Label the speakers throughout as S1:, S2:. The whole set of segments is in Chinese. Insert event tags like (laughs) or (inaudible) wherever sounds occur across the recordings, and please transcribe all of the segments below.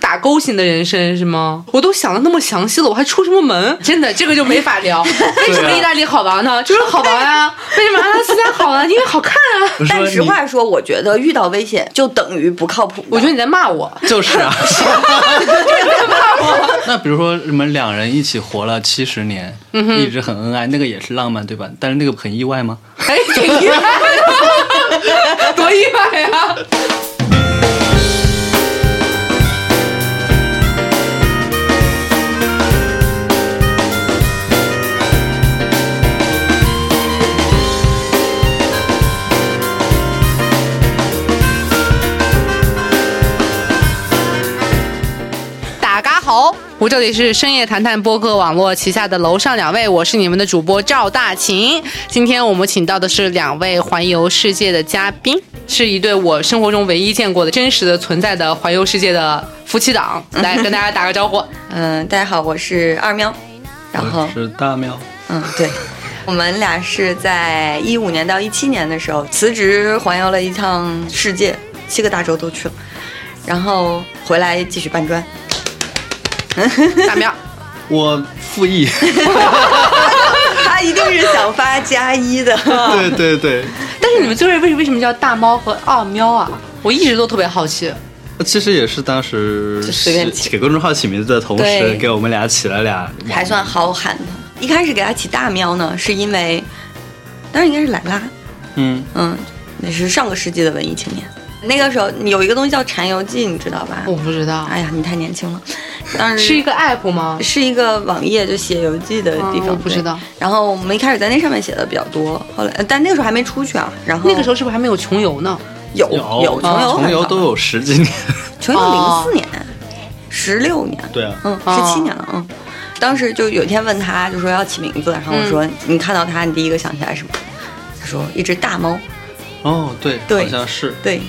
S1: 打勾型的人生是吗？我都想的那么详细了，我还出什么门？真的，这个就没法 (laughs) 聊。为什么意大利好玩呢？就是好玩啊！为什么阿拉斯加好 (laughs) 玩？因为好看啊！
S2: 我说
S3: 但实
S2: 你
S3: 话说，我觉得遇到危险就等于不靠谱。
S1: 我觉得你在骂我，
S3: 就是 (laughs) 啊，
S2: (laughs) 那比如说你们两人一起活了七十年，
S3: 嗯
S2: 一直很恩爱，那个也是浪漫，对吧？但是那个很意外吗？
S1: 哎，挺意外的， (laughs) 多意外啊呀！大家好，我这里是深夜谈谈播客网络旗下的楼上两位，我是你们的主播赵大秦。今天我们请到的是两位环游世界的嘉宾，是一对我生活中唯一见过的真实的存在的环游世界的夫妻 (laughs) 档，来跟大家打个招呼。
S3: 嗯，大家好，我是二喵，然后
S2: 我是大喵，
S3: 嗯，对，我们俩是在一五年到一七年的时候辞职环游了一趟世界，七个大洲都去了，然后回来继续搬砖。 (laughs)
S1: 大喵，
S2: 我复议，
S3: (laughs) 他一定是想发加一的，
S2: 对对对。
S1: 但是你们最为为什么叫大猫和二喵啊？我一直都特别好奇。
S2: 其实也是当时
S3: 就随便起
S2: 起给公众号起名字的同时
S3: 对，
S2: 给我们俩起了俩网名
S3: (laughs) 还算好喊的。一开始给他起大喵呢，是因为，当然应该是莱拉，
S2: 嗯，
S3: 嗯，那是上个世纪的文艺青年。那个时候有一个东西叫《禅游记》，你知道
S2: 哦
S3: 吧？
S1: 我不知道，
S3: 哎呀，你太年轻了。当时
S1: 是一个 app 吗？
S3: 是一个网页，就写游记的地
S1: 嗯我
S3: 方，
S1: 不知道
S3: 对。然后我们一开始在那上面写的比较多，后来呃但那个时候还没出去啊。然后
S1: 那个时候是不是还没有穷游呢？
S3: 有
S2: 有啊
S3: 有穷游，
S2: 穷游都，有十几
S3: (laughs)
S2: 年，
S3: 穷游
S1: 哦
S3: 零四年，十六年，
S2: 对啊，
S3: 嗯，
S1: 哦
S3: 十七年了，嗯。当时就有一天问他，就说要起名字，然后我
S1: 嗯
S3: 说、你看到他，你第一个想起来什么？他说一只大猫。
S2: 哦对，
S3: 对
S2: 好像是
S3: 对，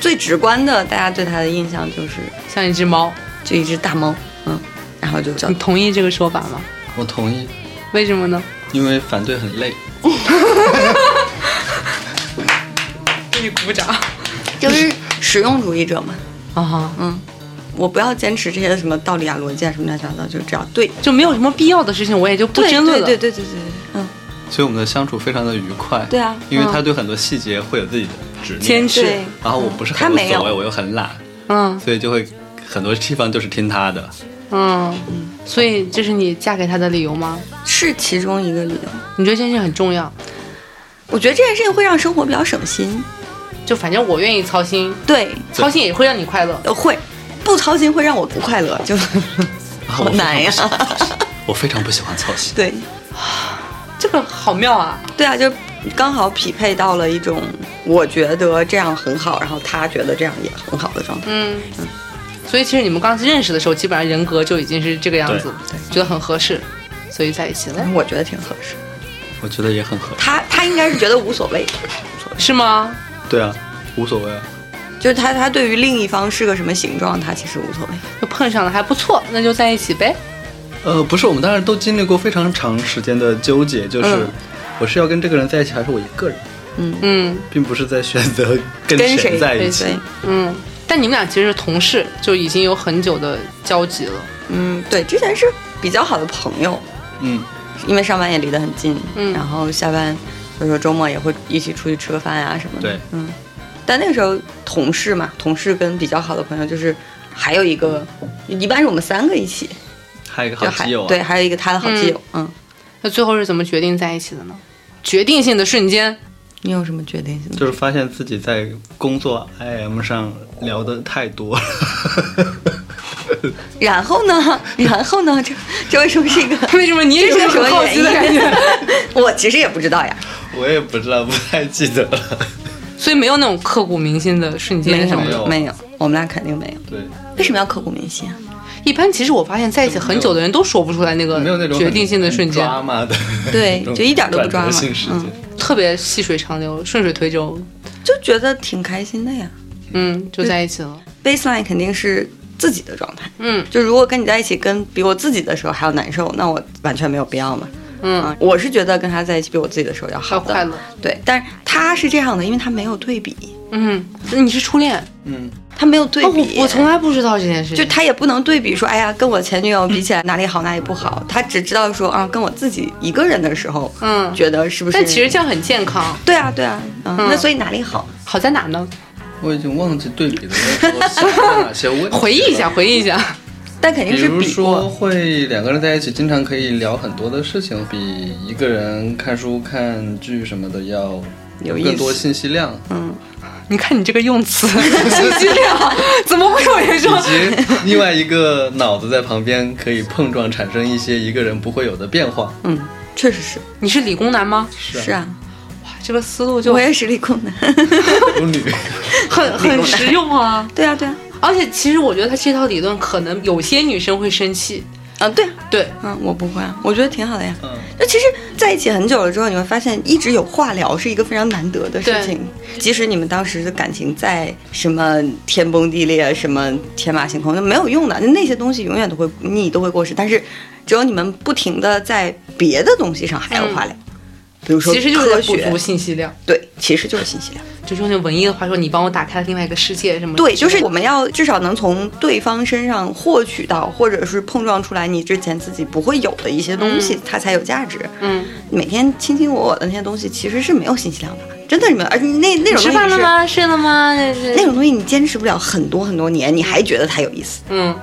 S3: 最直观的，大家对他的印象就是
S1: 像一只猫，
S3: 就一只大猫，嗯，然后就叫
S1: 你同意这个说法吗？
S2: 我同意，
S1: 为什么呢？
S2: 因为反对很累。
S1: 给你鼓掌。
S3: 就是实用主义者嘛。
S1: 啊哈，
S3: 嗯，我不要坚持这些什么道理啊、逻辑啊什么乱七八糟，就只要对，
S1: 就没有什么必要的事情，我也就不
S3: 对
S1: 争论了。
S3: 对对对对对对，嗯，
S2: 所以我们的相处非常的愉快。
S3: 对啊
S2: 因为他对很多细节会有自己的执
S1: 坚
S2: 念，
S1: 持
S3: 对。
S2: 然后我不是
S3: 他
S2: 很无
S3: 没
S2: 所谓，
S3: 有，
S2: 我又很懒，
S1: 嗯
S2: 所以就会很多地方就是听他的。
S1: 嗯，所以这是你嫁给他的理由吗？
S3: 是其中一个理由。
S1: 你觉得这件事很重要？
S3: 我觉得这件事情会让生活比较省心，
S1: 就反正我愿意操心，
S3: 对，
S1: 操心也会让你快乐。
S3: 呃会，不操心会让我不快乐，就 (laughs) 好难呀。
S2: 我非常不喜欢操心。
S3: 对，
S1: 这个好妙啊！
S3: 对啊，就刚好匹配到了一种我觉得这样很好，然后他觉得这样也很好的状态。
S1: 嗯，所以其实你们刚认识的时候，基本上人格就已经是这个样子，觉得很合适，所以在一起了
S3: 反，嗯正我觉得挺合适。
S2: 我觉得也很合适。
S3: 他他应该是觉得无所谓， (laughs)
S1: 是吗？
S2: 对啊，无所谓啊。
S3: 就是他他对于另一方是个什么形状，他其实无所谓。
S1: 就碰上了还不错，那就在一起呗。
S2: 呃，不是，我们当然都经历过非常长时间的纠结，就是、
S3: 嗯
S2: 我是要跟这个人在一起，还是我一个人，
S1: 嗯
S2: 并不是在选择跟
S3: 跟谁
S2: 在
S3: 对
S2: 一起。
S3: 对，
S1: 嗯，但你们俩其实是同事，就已经有很久的交集了。
S3: 嗯，对，之前是比较好的朋友，
S2: 嗯，
S3: 因为上班也离得很近，
S1: 嗯
S3: 然后下班所以说周末也会一起出去吃个饭呀、什么的，
S2: 对，
S3: 嗯。但那个时候同事嘛，同事跟比较好的朋友就是还有一个，一般是我们三个一起，
S2: 还有一个
S3: 就
S2: 好
S3: 还
S2: 基友啊，
S3: 对，还有一个他的好基友，嗯。
S1: 那最后是怎么决定在一起的呢？决定性的瞬间，
S3: 你有什么决定性的？
S2: 就是发现自己在工作 IM 上聊的太多了。 (laughs)
S3: 然后呢？ (laughs) 然后呢？这这为什么是 (laughs) 一个？
S1: (laughs) 为什么你也有
S3: (laughs) 这是
S1: 很
S3: 什
S1: 好
S3: 么
S1: 奇的感
S3: 原因
S1: 觉？？
S3: 我其实也不知道呀。
S2: 我也不知道，不太记得了。
S1: (laughs) 所以没有那种刻骨铭心的瞬间
S3: 没
S1: 什
S3: 有，
S1: 么
S2: 没
S1: 的。
S2: 有
S3: 没有，我们俩肯定没有。
S2: 对，
S3: 为什么要刻骨铭心啊？
S1: 一般其实我发现在一起很久的人都说不出来那个
S2: 没有那种
S1: 决定性的瞬间，
S2: 抓马的，
S3: 对
S2: 那种
S3: 就一点都不抓马
S2: 转折性事件。
S1: 特别细水长流、顺水推舟，
S3: 就觉得挺开心的呀。
S1: 嗯，就在一起了。
S3: baseline 肯定是自己的状态。
S1: 嗯
S3: 就如果跟你在一起，跟比我自己的时候还要难受，那我完全没有必要嘛。啊
S1: 嗯，
S3: 我是觉得跟他在一起比我自己的时候要好
S1: 还
S3: 的
S1: 快乐。
S3: 对，但是他是这样的，因为他没有对比。
S1: 嗯，你是初恋，
S2: 嗯，
S3: 他没有对
S1: 哦
S3: 比。
S1: 我我从来不知道这件事情，
S3: 就他也不能对比说，哎呀，跟我前女友比起来哪里好哪里不好，他只知道说啊，跟我自己一个人的时候，
S1: 嗯
S3: 觉得是不是？
S1: 但其实这样很健康，
S3: 对啊对啊，嗯，
S1: 嗯
S3: 那所以哪里好？
S1: 好在哪呢？
S2: 我已经忘记对比的时候想了哪些问题了
S1: 回忆一
S2: (laughs)
S1: 下，，回忆一下。 (laughs)
S3: 但肯定
S2: 比
S3: 是
S2: 如
S3: 比
S2: 说
S3: 过，
S2: 会两个人在一起，经常可以聊很多的事情，比一个人看书、看剧什么的要
S3: 有意思
S2: 更多信息量，
S3: 嗯，
S1: 你看你这个用
S2: (laughs)
S1: 词，信息量，啊怎么会有人说
S2: 以及另外一个脑子在旁边可以碰撞，产生一些一个人不会有的变化。
S3: 嗯，确实是
S1: 你是理工男吗？
S2: 是
S3: 是
S2: 啊，
S3: 啊，
S1: 哇，这个思路就
S3: 我也是理工男，
S2: 有女。
S1: 很
S3: 理工
S1: 很
S3: 男
S1: 实用啊。
S3: (laughs) 对啊对啊，
S1: 而且其实我觉得他这套理论可能有些女生会生气，
S3: 啊对啊，
S1: 对，
S3: 嗯，我不会啊，我觉得挺好的呀。
S2: 嗯
S3: 那其实在一起很久了之后，你会发现一直有话聊是一个非常难得的事情。即使你们当时的感情再什么天崩地裂、什么天马行空，那没有用的，那那些东西永远都会你都会过时。但是只有你们不停的在别的东西上还有话聊，比如
S1: 嗯
S3: 说
S1: 其实就是
S3: 科
S1: 在补
S3: 学
S1: 足，信息量。
S3: 对，其实就是信息量。
S1: 就是用那文艺的话说，你帮我打开了另外一个世界，什么？
S3: 对，就是我们要至少能从对方身上获取到，或者是碰撞出来你之前自己不会有的一些东西，它才有价值。
S1: 嗯，
S3: 每天卿卿我我的那些东西，其实是没有信息量的，真的是没有。而且那那
S1: 你
S3: 种
S1: 吃
S3: 东西
S1: 饭了
S3: 是
S1: 吗？睡了吗？那是
S3: 那种东西你坚持不了很多很多年，你还觉得它有意思。
S1: 嗯，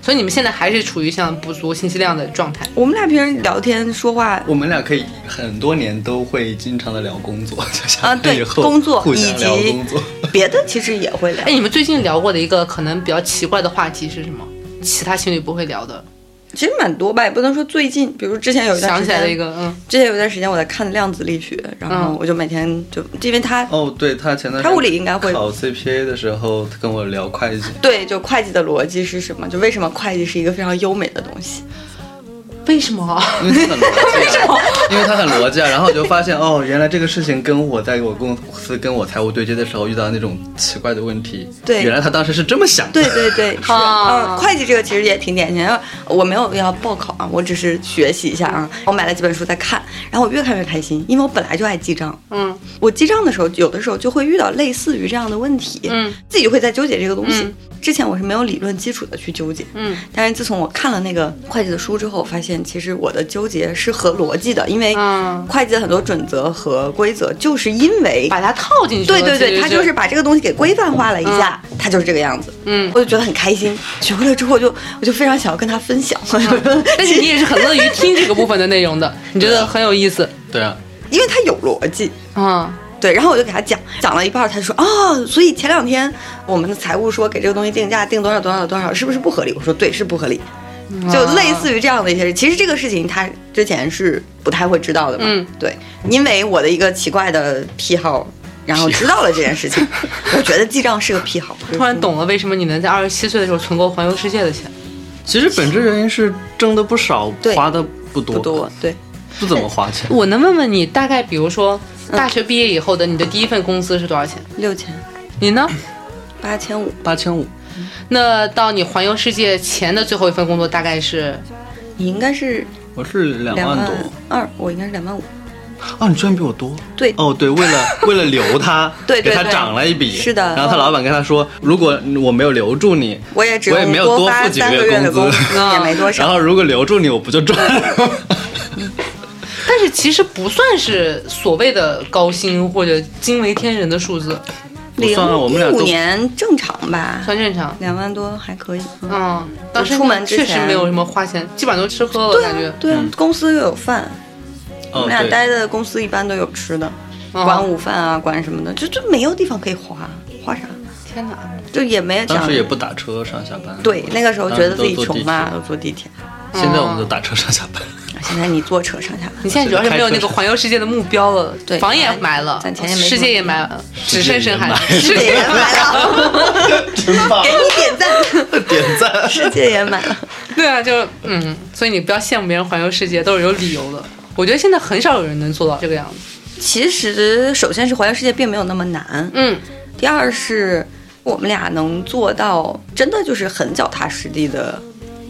S1: 所以你们现在还是处于像补足信息量的状态。
S3: 我们俩平时聊天说话，
S2: 我们俩可以很多年都会经常的聊工作，就
S3: 啊
S2: 像
S3: 对
S2: (laughs) 以后
S3: 工作
S2: 互相聊
S3: 以及
S2: 工作。
S3: (laughs) 别的其实也会聊
S1: 哎，。你们最近聊过的一个可能比较奇怪的话题是什么？其他情侣不会聊的，
S3: 其实蛮多吧，也不能说最近，比如之前有一段
S1: 想
S3: 时
S1: 起来
S3: 间，
S1: 了一个，嗯，
S3: 之前有一段时间我在看量子力学，然后
S1: 嗯
S3: 我就每天就因为他
S2: 哦，对他前段时间
S3: 他物理应该会
S2: 考 CPA 的时候跟我聊会计，
S3: 对就会计的逻辑是什么，就为什么会计是一个非常优美的东西。
S1: 为什么？
S2: 因为他很
S3: (laughs)
S2: 逻辑、啊，因为他很逻辑啊。然后我就发现，哦，原来这个事情跟我在我公司跟我财务对接的时候遇到那种奇怪的问题，
S3: 对
S2: 原来他当时是这么想的
S3: 对。对 (laughs) 对，是
S1: 啊
S3: 嗯，会计这个其实也挺典型的。我没有要报考啊，我只是学习一下啊。我买了几本书在看，然后我越看越开心，因为我本来就爱记账。
S1: 嗯
S3: 我记账的时候，有的时候就会遇到类似于这样的问题，
S1: 嗯
S3: 自己会在纠结这个东西。
S1: 嗯
S3: 之前我是没有理论基础的去纠结，
S1: 嗯，
S3: 但是自从我看了那个会计的书之后，我发现其实我的纠结是合逻辑的，因为
S1: 嗯
S3: 会计的很多准则和规则，就是因为
S1: 把它套进去。
S3: 对对对，
S1: 它
S3: 他就是把这个东西给规范化了一下，他就是这个样子。
S1: 嗯
S3: 我就觉得很开心，学会了之后我就我就非常想要跟他分享，
S1: 但是你也是很乐于听这个部分的内容的，你觉得很有意思。
S2: 对啊，
S3: (laughs) 因为他有逻辑。
S1: 嗯，
S3: 对，然后我就给他讲，讲了一半儿，他说啊、所以前两天我们的财务说给这个东西定价定多少多少多少，是不是不合理？我说对，是不合理。
S1: 嗯
S3: 就类似于这样的一些事，其实这个事情他之前是不太会知道的嘛。
S1: 嗯，
S3: 对，因为我的一个奇怪的癖好，然后知道了这件
S1: (laughs)
S3: 事情，我觉得记账是个癖好。
S1: 突然懂了为什么你能在二十七岁的时候存够环游世界的钱。
S2: 其实本质原因是挣的不少，
S3: 对
S2: 花的不多，
S3: 不多，对，
S2: 不怎么花钱。
S1: 我能问问你，大概比如说大学毕业以后的你的第一份工资是多少钱？
S3: 六千
S1: 你呢？
S3: 八千五
S2: 八千五，
S1: 那到你环游世界前的最后一份工作大概是？
S3: 你应该是
S2: 我是两
S3: 两
S2: 万
S3: 万
S2: 多。
S3: 二，我应该是两万五。
S2: 哦，你居然比我多。
S3: 对
S2: 哦，对，为
S3: (laughs)
S2: 了为了留他，
S3: 对对
S2: 给他
S3: 对
S2: 涨了一笔。
S3: 是的
S2: 然后他老板跟他说，如果我没有留住你，
S3: 我也只
S2: 我也没有
S3: 多
S2: 多
S3: 发
S2: 付几
S3: 三个
S2: 月
S3: 月的
S2: 工
S3: 工
S2: 资
S3: 资，也没多
S2: (laughs) 然
S3: 少。
S2: 后如果留住你，我不就赚了？
S1: 但是其实不算是所谓的高薪或者惊为天人的数字，
S2: 我
S3: 零
S2: 算了，我们俩
S3: 一
S2: 都
S3: 五年正常吧，
S1: 算正常。
S3: 两万多还可以。嗯
S1: 嗯，当时
S3: 出门之
S1: 确
S3: 前
S1: 实没有什么花钱，基本上都吃喝了，
S3: 对
S1: 感
S3: 啊
S1: 觉。，
S3: 对啊
S2: 嗯，
S3: 公司又有饭，
S2: 哦
S3: 我们俩
S2: 对
S3: 待的公司一般都有吃的，
S1: 嗯
S3: 管午饭啊，管什么的，就就没有地方可以花，花啥？
S1: 天哪！
S3: 就也没有
S2: 当
S3: 讲
S2: 时。也不打车上下班。
S3: 对，那个时候觉得自己
S2: 当时都坐
S3: 穷
S2: 地铁
S3: 嘛，嗯都坐地铁。
S2: 现在我们都打车上下
S3: (laughs)
S2: 班。
S3: 现在你坐车上下
S1: (laughs)
S3: 班，
S1: 你现在主要是没有那个环游世界的目标了，
S3: 对
S1: 房也买了，
S3: 攒钱也没
S1: 世界也买了，只剩深海，
S3: 世界也买了，
S2: 真棒
S3: 给，你点赞。
S2: (laughs) 点赞。
S3: 世界也买了，
S1: (laughs) 对啊，就嗯，所以你不要羡慕别人环游世界，都是有理由的。我觉得现在很少有人能做到这个样子。
S3: 其实，首先是环游世界并没有那么难，
S1: 嗯，
S3: 第二是我们俩能做到真的就是很脚踏实地的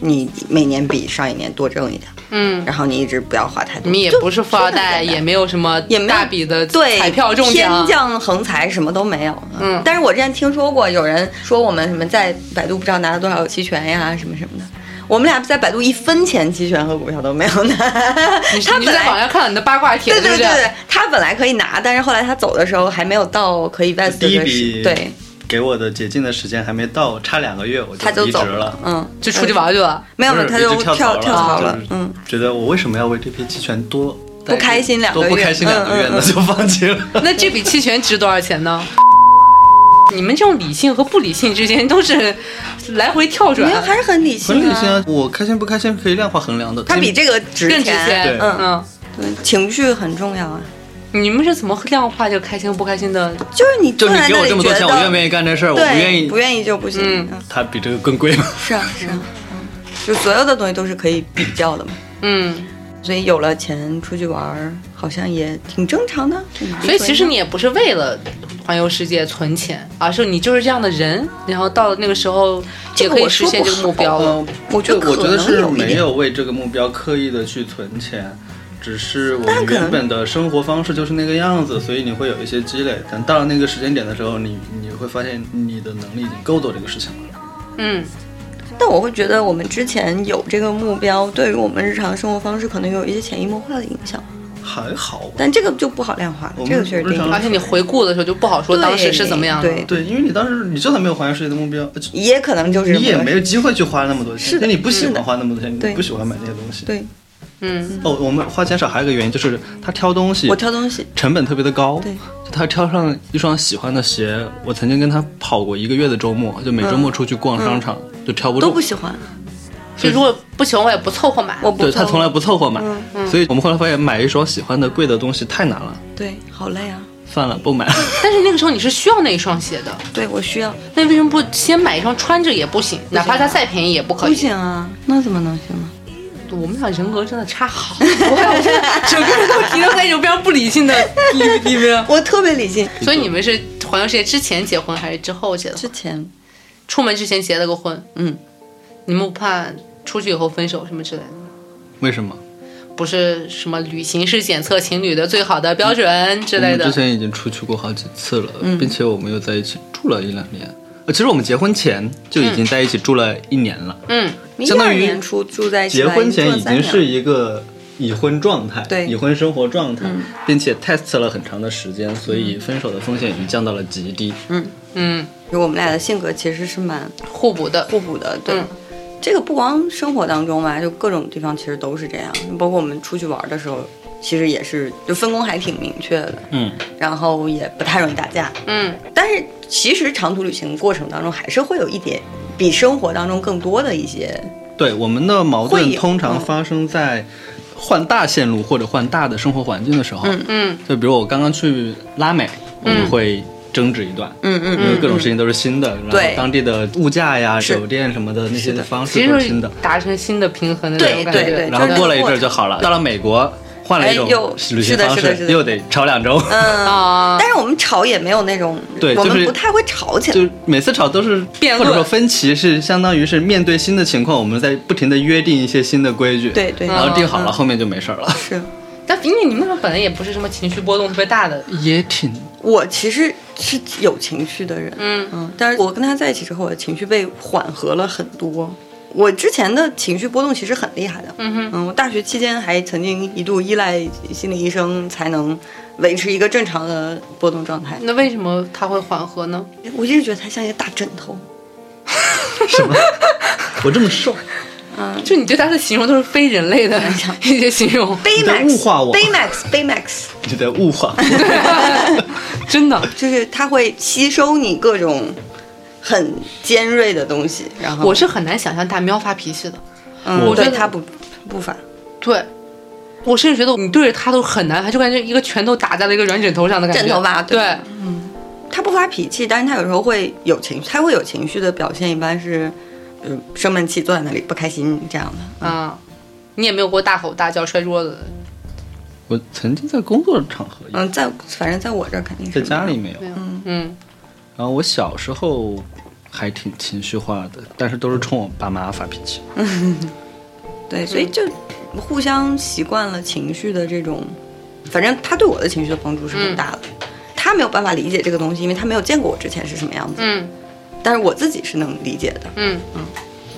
S3: 你每年比上一年多挣一点，
S1: 嗯，
S3: 然后你一直不要花太多。
S1: 你们也
S3: 就
S1: 不是富二代，
S3: 就很简单
S1: 也没有什么
S3: 也没有
S1: 大笔的
S3: 对
S1: 彩票中
S3: 天
S1: 奖，
S3: 降横财什么都没有。
S1: 嗯
S3: 但是我之前听说过有人说我们什么在百度不知道拿了多少期权呀，什么什么的。我们俩在百度一分钱期权和股票都没有拿，
S1: 你是
S3: 他
S1: 你
S3: 本
S1: 是在网
S3: 来。
S1: 上看到你的八卦帖
S3: 对
S1: 子，
S3: 对
S1: 不
S3: 对对，他本来可以拿，但是后来他走的时候还没有到可以 vest
S2: 第一
S3: 的时
S2: 笔
S3: 对，
S2: 给我的解禁的时间还没到，差两个月我
S3: 他
S2: 就
S3: 就
S2: 离职
S3: 走
S2: 了。，
S3: 嗯，
S1: 就出去玩去了。
S3: 没有
S2: 不
S3: 了，
S2: 是
S3: 他就
S2: 就
S3: 跳
S2: 跳
S3: 槽
S2: 了
S3: 了，，嗯，
S2: 就是觉得我为什么要为这批期权多
S3: 不开心两个月
S2: 多不开心两个月呢，
S3: 嗯嗯嗯
S2: 就放弃
S3: (laughs)
S2: 了。
S1: 那这笔期权值多少钱呢？你们这种理性和不理性之间都是来回跳转
S3: 没，有，还是很理性
S2: 很
S3: 啊，
S2: 理性啊，我开心不开心可以量化衡量的。
S3: 他比这个值
S1: 更值钱。
S2: 对
S3: 嗯，
S1: 嗯，
S3: 对情绪很重要啊，
S1: 你们是怎么量化这个开心不开心的？
S3: 就是你
S2: 就
S3: 坐
S2: 你
S3: 在
S2: 给
S3: 那
S2: 我
S3: 里
S2: 这么多
S3: 觉
S2: 钱，
S3: 得
S2: 我愿不愿意干这事儿？我
S3: 对
S2: 不愿意
S3: 不。愿意就不行，
S1: 嗯
S3: 嗯
S2: 他比这个更贵吗？
S3: 是啊，是啊，就所有的东西都是可以比较的嘛。
S1: 嗯，
S3: 所以有了钱出去玩儿，好像也挺正常的。挺
S1: 所以其实
S3: 理
S1: 你也不是为了环游世界存钱，而是你就是这样的人，然后到了那个时候也可以实现这个目标了。
S2: 嗯，
S3: 我觉得
S2: 对我觉
S3: 呃
S2: 得
S3: 可能
S2: 是
S3: 有一
S2: 没
S3: 点
S2: 有为这个目标刻意的去存钱，只是我
S3: 但
S2: 们
S3: 可能
S2: 原本的生活方式就是那个样子，所以你会有一些积累。但到了那个时间点的时候，你你会发现你的能力已经够做这个事情了。
S1: 嗯，
S3: 解。但我会觉得我们之前有这个目标，对于我们日常生活方式可能有一些潜移默化的影响，
S2: 还好吧。
S3: 但这个就不好量化了
S2: 我，们
S3: 这个确实
S2: 日
S3: 定
S2: 常
S3: 义
S1: 而且你回顾的时候就不好说当时是怎么样的。
S3: 嗯对
S2: 对，因为你当时你就算没有环游世界的目标，呃
S3: 也可能就是
S2: 你也没有机会去花那么多钱，
S3: 是的
S2: 因为你不喜
S3: 是的
S2: 欢花那么多钱，
S3: 对
S2: 你不喜欢买那些东西。
S3: 对
S1: 嗯，
S2: 哦，我们花钱少还有一个原因就是他挑东西
S3: 我，挑东西，
S2: 成本特别的高。
S3: 对，
S2: 就他挑上一双喜欢的鞋，我曾经跟他跑过一个月的周末，就每周末出去逛商场，就挑不
S3: 都
S2: 中
S3: 不。喜欢，
S1: 所以如果不行，我也不凑合买。
S3: 我不
S2: 对
S3: 挑
S2: 他从来不凑合买，
S3: 嗯
S2: 所以我们后来发现买一双喜欢的贵的东西太难了，
S3: 对，好累啊，
S2: 算了，不买了。
S1: 但是那个时候你是需要那一双鞋的，
S3: 对我需要
S1: 那为什么不先买一双穿着也不行，哪怕它再便宜也不可以？
S3: 不行啊，那怎么能行呢？
S1: 我们俩人格真的差好
S3: (laughs)
S1: 多，我真的整个人都停留在有非常不理性的里里
S3: (laughs)
S1: 面。
S3: 我特别理性，
S1: 所以你们是环游世界之前结婚还是之后结的婚？
S3: 之前
S1: 出门之前结了个婚，
S3: 嗯，
S1: 你们不怕出去以后分手什么之类的？
S2: 为什么？
S1: 不是什么旅行是检测情侣的最好的标准之类
S2: 嗯我们
S1: 的
S2: 之。前已经出去过好几次了，并且我们又在一起住了一两年。呃，其实我们结婚前就已经在一起住了一年了，
S1: 嗯，
S3: 一
S2: 相当
S3: 二
S2: 于
S3: 年初住在一起
S2: 结
S3: 吧，
S2: 婚
S3: 住
S2: 前
S3: 了
S2: 已
S3: 三
S2: 经
S3: 年
S2: 是一个已婚状态，
S3: 对嗯
S2: 已婚生活状态，并且 test 了很长的时间，所以分手的风险已经降到了极低。
S1: 嗯，
S3: 就我们俩的性格其实是蛮
S1: 互补的。
S3: 互补的，对。
S1: 嗯
S3: 这个不光生活当中嘛，就各种地方其实都是这样，包括我们出去玩的时候，其实也是就分工还挺明确的，
S2: 嗯，
S3: 然后也不太容易打架。
S1: 嗯，
S3: (laughs) 但是其实长途旅行过程当中还是会有一点比生活当中更多的一些，
S2: 对，我们的矛
S3: 会
S2: 盾
S3: 有嗯
S2: 通常发生在换大线路或者换大的生活环境的时候。
S3: 嗯
S1: 嗯
S2: 就比如我刚刚去拉美，我们会争执一段。
S3: 嗯嗯，
S2: 因为各种事情都是新的，然
S3: 对
S2: 后当地的物价呀、
S3: 是
S2: 酒店什么的那些
S3: 是的
S2: 方
S1: 其
S2: 式
S1: 实
S2: 都
S1: 就是
S2: 新的
S1: 是。达成新的平衡的那
S3: 对
S1: 种感觉。
S3: 对对
S2: 然后
S3: 就是
S2: 过了一
S3: 那个
S2: 阵儿就好了。到了美国，换了一种
S3: 哎又
S2: 旅
S3: 是
S2: 行
S3: 的
S2: 方
S3: 是的是
S2: 式，
S3: 的
S2: 又得吵两周。
S3: 嗯。
S1: 啊，
S3: 但是我们吵也没有那种，
S2: 对
S3: 我
S2: 就
S3: 们
S2: 是
S3: 不太会吵起来，
S2: 就是每次吵都是
S1: 辩
S2: 或
S1: 论
S2: 者说分歧是相当于是面对新的情况，我们在不停的约定一些新的规矩。
S3: 对对
S2: 然后定好了，
S3: 嗯
S2: 后面就没事儿了。
S3: 是
S1: 但因为你们俩本来也不是什么情绪波动特别大的，
S2: 也挺
S3: 我其实是有情绪的人，
S1: 嗯
S3: 嗯，但是我跟他在一起之后，我的情绪被缓和了很多。我之前的情绪波动其实很厉害的，嗯
S1: 哼
S3: 我大学期间还曾经一度依赖心理医生才能维持一个正常的波动状态。
S1: 那为什么它会缓和呢？
S3: 我一直觉得他像一个大枕头，
S2: 什么？我这么瘦，
S1: 就你对它的形容都是非人类
S3: 哎
S1: 的一些形
S2: (laughs)
S1: 容， (laughs)
S2: 在
S3: Baymax，
S2: 物化我
S3: Baymax，Baymax，
S2: 你在物化。
S1: 真的。
S3: 就是他会吸收你各种很尖锐的东西，然后
S1: 我是很难想象大喵发脾气的，
S3: 嗯，
S2: 我
S3: 对
S1: 觉得
S3: 他不不烦，
S1: 对。我甚至觉得你对着它都很难，它就感觉一个拳头打在了一个软枕头上的感觉。
S3: 枕头吧
S1: 对
S3: 对他不发脾气，但是他有时候会有情绪，他会有情绪的表现，一般是，呃，生闷气，坐在那里不开心这样的。
S1: 啊、你也没有过大吼大叫、摔桌子的。
S2: 我曾经在工作场合，
S3: 嗯，在反正在我这儿肯定是
S1: 嗯
S2: 在家里没有。
S1: 没有嗯
S2: 然后我小时候还挺情绪化的，但是都是冲我爸妈发
S3: (laughs)
S2: 脾气。
S3: 对，所以就互相习惯了情绪的这种，反正他对我的情绪的帮助是很大的。
S1: 嗯
S3: 他没有办法理解这个东西，因为他没有见过我之前是什么样子。
S1: 嗯
S3: 但是我自己是能理解的，
S1: 嗯嗯。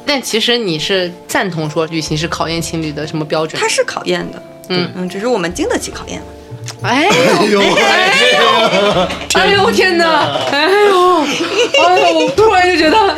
S1: 但其实你是赞同说旅行是考验情侣的什么标准
S3: 它？是考验的。
S1: 嗯
S3: 嗯，只是我们经得起考验。 (laughs)
S1: 哎呦
S2: 呦喂！
S1: 哎呦天哪！哎呦哎呦！我突然就觉得，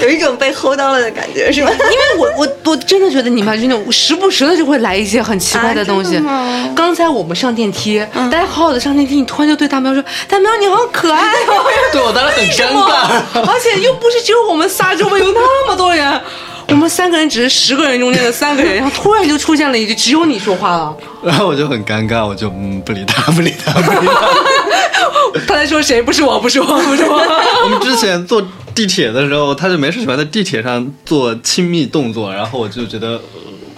S3: 有一种被齁到了的感觉，是吧？
S1: 因为我我我真的觉得你们就那种时不时的就会来一些很奇怪的嗯东西。
S3: 啊真的吗
S1: 刚才我们上电梯，大家好好的上电梯，你突然就对大喵说：“大喵，你好可爱 (laughs) 哦。”
S2: 对我当时很尴尬。
S1: 而且又不是只有我们仨，周围有那么多人，我们三个人只是十个人中间的三个人，然后突然就出现了一句只有你说话了。 (laughs)
S2: 然后我就很尴尬，我就嗯不理他，不理他，不理他。
S1: 他在说谁？不是我，不是我， (laughs) 不是我。
S2: 我们之前坐地铁的时候，他就没事喜欢在地铁上做亲密动作，然后我就觉得、呃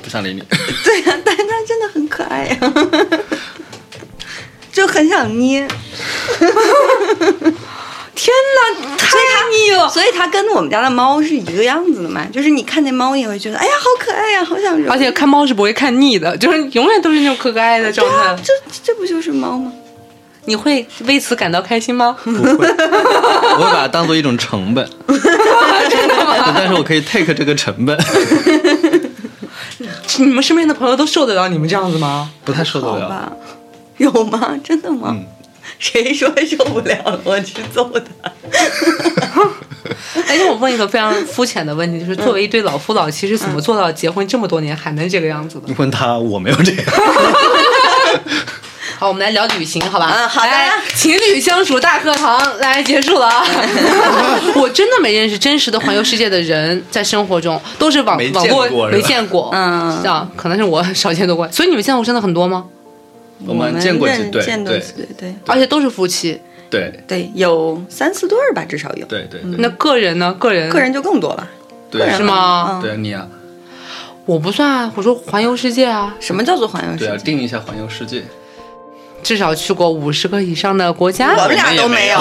S2: 不想
S3: (laughs)
S2: 理你。
S1: (laughs)
S3: 对
S1: 啊
S3: 呀、但是它真的很可爱呀、就很想 (laughs) 捏，
S1: 天哪，太腻了！
S3: 所以它跟我们家的猫是一个样子的嘛，就是你看那猫，你也会觉得，哎呀，好可爱呀、好想揉。
S1: 而且看猫是不会看腻的，就是永远都是那种可可爱爱的状
S3: 对
S1: (laughs)
S3: 啊
S1: 态。
S3: 这这不就是猫吗？
S1: 你会为此感到开心吗？
S2: 不会，我会把它当做一种成
S3: (laughs)
S2: 本。但但是我可以 take 这个成本，
S1: 你们身边的朋友都受得了你们这样子吗？
S2: 不太受得
S3: 好
S2: 了。
S3: 吧，有吗？真的吗？
S2: 啊嗯
S3: 谁说受不了了？我去揍他！
S1: 哎，那我问一个非常肤浅的问题，就是作为一对老夫老妻，是怎
S3: 嗯
S1: 么做到结婚这么多年还能这个样子的？
S2: 你问他，我没有这样。
S1: 好，我们来聊旅行，好吧？
S3: 嗯好的
S1: 来情侣相处大课堂来结束了
S3: (laughs)
S1: 啊。我真的没认识真实的环游世界的人，在生活中都是网
S2: 没
S1: 网
S2: 见过
S1: 络
S2: 是吧
S1: 没见过，
S3: 嗯
S1: 啊，可能是我少见多怪。所以你们见过真的很多吗？
S2: (laughs) (laughs) 我们见过几
S3: 认
S2: 对，
S3: 见过
S2: 对
S3: 几对，对
S1: 而且都是夫妻。
S2: 对
S3: 对，有三四对儿吧，至少有。
S2: 对对
S1: 那个人呢？个人，
S3: 个人就更多了，嗯个
S2: 对，
S3: 人
S1: 是吗
S3: 嗯
S2: 对你啊，
S1: 我不算啊，我说环游世界啊，
S3: 什么叫做环游世
S2: 对啊，
S3: 界？
S2: 定一下环游世界。 (laughs)
S1: 至少去过五十个以上的国家。
S3: 啊我们俩都没有，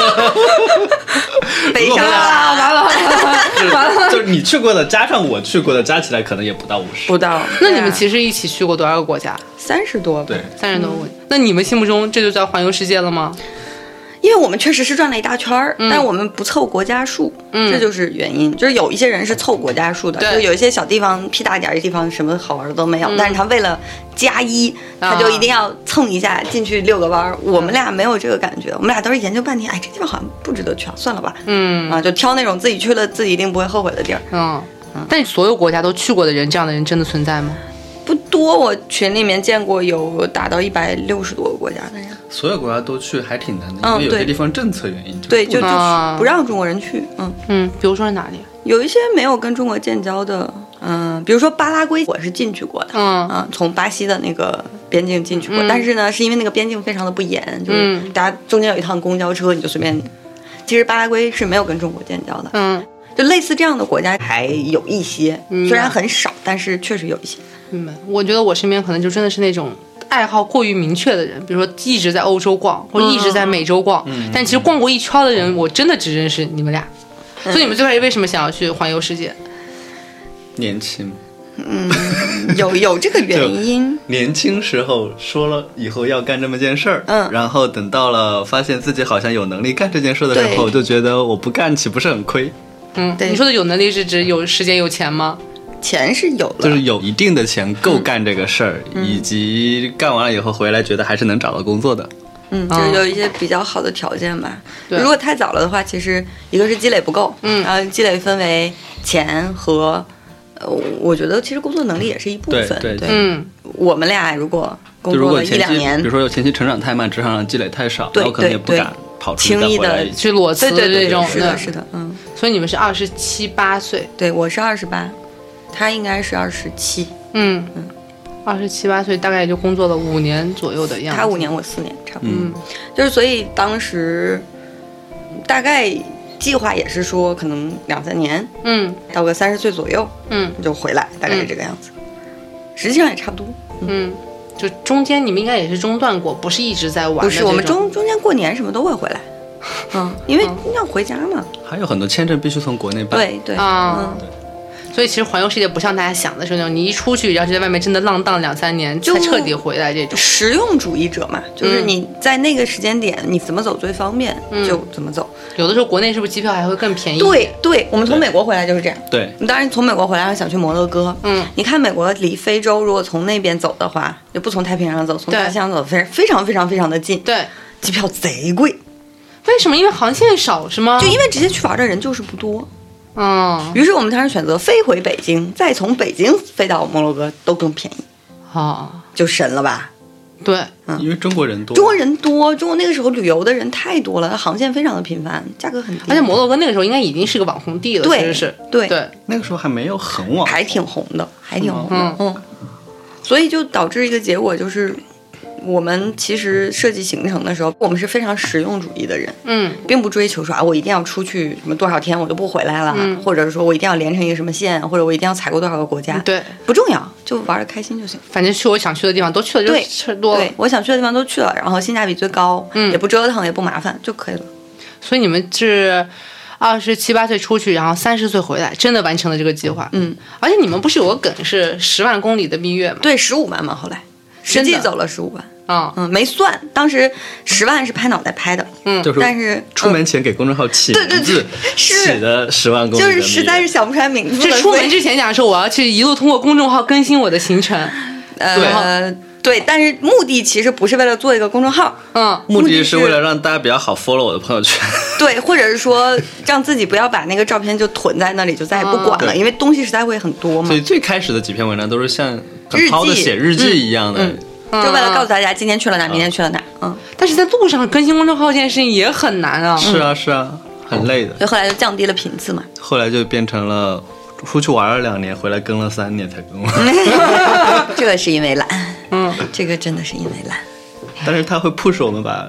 S3: (laughs) 悲伤
S1: 啊，
S3: 了，
S1: 完了完
S3: (laughs)
S1: 了！
S2: 就是就是你去过的加上我去过的加起来，可能也不到五十。
S3: 不到。
S1: 那你们其
S3: 实
S1: 实一起去过多少个国家？
S3: 三十多吧，
S2: 对，
S1: 三十多个国家。
S3: 嗯
S1: 那你们心目中这就叫环游世界了吗？
S3: 因为我们确实是转了一大圈儿，但我们不凑国家数，
S1: 嗯
S3: 这就是原因。就是有一些人是凑国家数的，
S1: 对嗯
S3: 就有一些小地方屁大点儿的地方什么好玩的都没有，但是他为了加一，
S1: 啊
S3: 他就一定要蹭一下进去遛个弯儿。
S1: 嗯
S3: 我们俩没有这个感觉，我们俩都是研究半天，哎，这地方好像不值得去啊，算了吧，
S1: 嗯
S3: 啊，就挑那种自己去了自己一定不会后悔的地儿。
S1: 嗯。但所有国家都去过的人，这样的人真的存在吗？
S3: 不多，我群里面见过有达到一百六十多个国家的人，
S2: 所有国家都去还挺难的，
S3: 嗯
S2: 因为有些
S3: 对
S2: 地方政策原因。
S3: 对，
S2: 不
S3: 就就
S1: 啊
S3: 是不让中国人去，嗯，
S1: 嗯，比如说是哪里？
S3: 有一些没有跟中国建交的，嗯，比如说巴拉圭，我是进去过的，
S1: 嗯
S3: 啊，从巴西的那个边境进去过，
S1: 嗯
S3: 但是呢，是因为那个边境非常的不严，就是
S1: 嗯
S3: 大家中间有一趟公交车，你就随便。其实巴拉圭是没有跟中国建交的，
S1: 嗯，
S3: 就类似这样的国家还有一些，
S1: 嗯
S3: 虽然很少，但是确实有一些。
S1: 你们，嗯我觉得我身边可能就真的是那种爱好过于明确的人，比如说一直在欧洲
S3: 嗯
S1: 逛，或者一直在美洲逛，但其实逛过一圈的人，我真的只认识你们俩。所
S3: 嗯
S1: 以你们最开始为什么想要去环游世界？
S2: 年轻，
S1: 嗯
S3: 有有这个原因，
S2: 年轻时候说了以后要干这么件事儿，
S3: 嗯
S2: 然后等到了发现自己好像有能力干这件事的时候，
S3: 对
S2: 就觉得我不干岂不是很亏？
S1: 嗯，
S3: 对
S1: 你说的有能力是指有时间有钱吗？
S3: 钱是有了，
S2: 就是有一定的钱够干这个事儿，
S3: 嗯
S2: 以及干完了以后回来觉得还是能找到工作的。
S3: 嗯，就是有一些比较好的条件吧。
S1: 对
S3: 如果太早了的话，其实一个是积累不够，嗯然后积累分为钱和，呃，我觉得其实工作能力也是一部分。
S2: 对对
S1: 嗯，
S3: 我们俩如果工
S2: 就如
S3: 作
S2: 果
S3: 了一
S2: 前
S3: 两
S2: 期，比
S3: 年
S2: 如，说有前期成长太慢，职场上积累太少，
S3: 对
S2: 那我可能也不
S3: 对
S2: 敢跑出去
S3: 轻
S2: 再
S3: 易
S2: 回
S3: 地
S2: 来一次。
S1: 去裸辞
S3: 对对
S1: 的
S3: 对
S1: 这种，
S3: 是
S1: 嗯
S3: 的，是的，嗯，
S1: 所以你们是二十七八岁，
S3: 对我是二十八，他应该是二十七，
S1: 嗯，二十七八岁大概也就工作了五年左右的样子。
S3: 他五年我四年，差不多。
S2: 嗯，
S3: 就是所以当时大概计划也是说，可能两三年
S1: 嗯
S3: 到个三十岁左右
S1: 嗯
S3: 就回来，大概是这个样子。实际上也差不多。
S1: 嗯，就中间你们应该也是中断过，不是一直在玩的
S3: 不
S1: 这
S3: 是，
S1: 种。
S3: 我们中中间过年什么都会回来，嗯，因为要回家嘛。
S2: 还有很多签证必须从国内办。
S3: 对对，
S1: 啊
S3: 嗯，
S1: 所以其实环游世界不像大家想的是那种你一出去，然后就在外面真的浪荡两三年
S3: 就
S1: 才彻底回来这种。
S3: 实用主义者嘛，就是
S1: 嗯
S3: 你在那个时间点你怎么走最方便
S1: 嗯
S3: 就怎么走。
S1: 有的时候国内是不是机票还会更便宜？
S3: 对，对，我们从美国回来就是这样。
S2: 对，
S3: 你当然从美国回来，想去摩洛哥。
S1: 嗯，
S3: 你看美国离非洲，如果从那边走的话，就不从太平洋走，从
S1: 对
S3: 大西洋走，非非常非常非常的近，
S1: 对，
S3: 机票贼贵，
S1: 为什么？因为航线少是吗？
S3: 就因为直接去玩的人就是不多。
S1: 嗯，
S3: 于是我们当时选择飞回北京，再从北京飞到摩洛哥都更便宜，
S1: 好，
S3: 就神了吧？
S1: 对，
S2: 因为中国人多。
S3: 嗯中国人多，中国那个时候旅游的人太多了，航线非常的频繁，价格很低，
S1: 而且摩洛哥那个时候应该已经是个网红地了，其
S3: 对
S1: 实是
S3: 对
S1: 对，
S2: 那个时候还没有很网，
S3: 还挺红的，还挺红
S1: 嗯
S3: 的，嗯，所以就导致一个结果就是。我们其实设计行程的时候，我们是非常实用主义的人，
S1: 嗯
S3: 并不追求说啊，我一定要出去什么多少天我就不回来了，
S1: 嗯
S3: 或者是说我一定要连成一个什么线，或者我一定要踩过多少个国家，，
S1: 对，
S3: 不重要，就玩的开心就行。
S1: 反正去我想去的地方都去了，就
S3: 对
S1: 吃多了
S3: 对。，我想去的地方都去了，然后性价比最高，
S1: 嗯
S3: 也不折腾，也不麻烦就可以了。
S1: 所以你们是二十七八岁出去，然后三十岁回来，真的完成了这个计划。
S3: 嗯，
S1: 而且你们不是有个梗是十万公里的蜜月吗？
S3: 对，十五万嘛，后来实
S1: 真的
S3: 际走了十五万，
S1: 啊、
S3: 嗯，没算，当时十万是拍脑袋拍的，
S1: 嗯
S2: 就是
S3: 但是
S2: 出门前给公众号起
S3: 对对
S2: 名字，
S3: 是
S2: 起的十万公里
S3: 就
S2: 的蜜
S3: 是
S2: 月，
S3: 实在是想不出来名字
S1: 是
S3: 了，
S1: 出
S3: 所
S1: 门
S3: 以
S1: 之前讲说我要去一路通过公众号更新我的行程，
S3: 呃对，但是目的其实不是为了做一个公众号，
S1: 嗯，
S2: 目的是
S3: 目的是
S2: 为了让大家比较好 follow 我的朋友
S3: (laughs)
S2: 圈。
S3: 对，或者是说让自己不要把那个照片就囤在那里，就再也不管了，
S2: 对
S3: 因为东西实在会很多嘛
S2: 所以，最开始的几篇文章都是像很
S3: 日记
S2: 抛的写日记一样的，
S3: 嗯就为了告诉大家今天去了哪，明天去了哪，嗯，
S1: 但是在路上更新公众号这件事情也很难啊。
S2: 是啊是啊，很累的。
S3: 所以后来就降低了频次嘛，
S2: 后来就变成了出去玩了两年，回来更了三年才更完。
S3: 嗯 (laughs) 这个是因为懒，
S1: 嗯，
S3: 这个真的是因为懒。
S2: 但是他会 push 我们把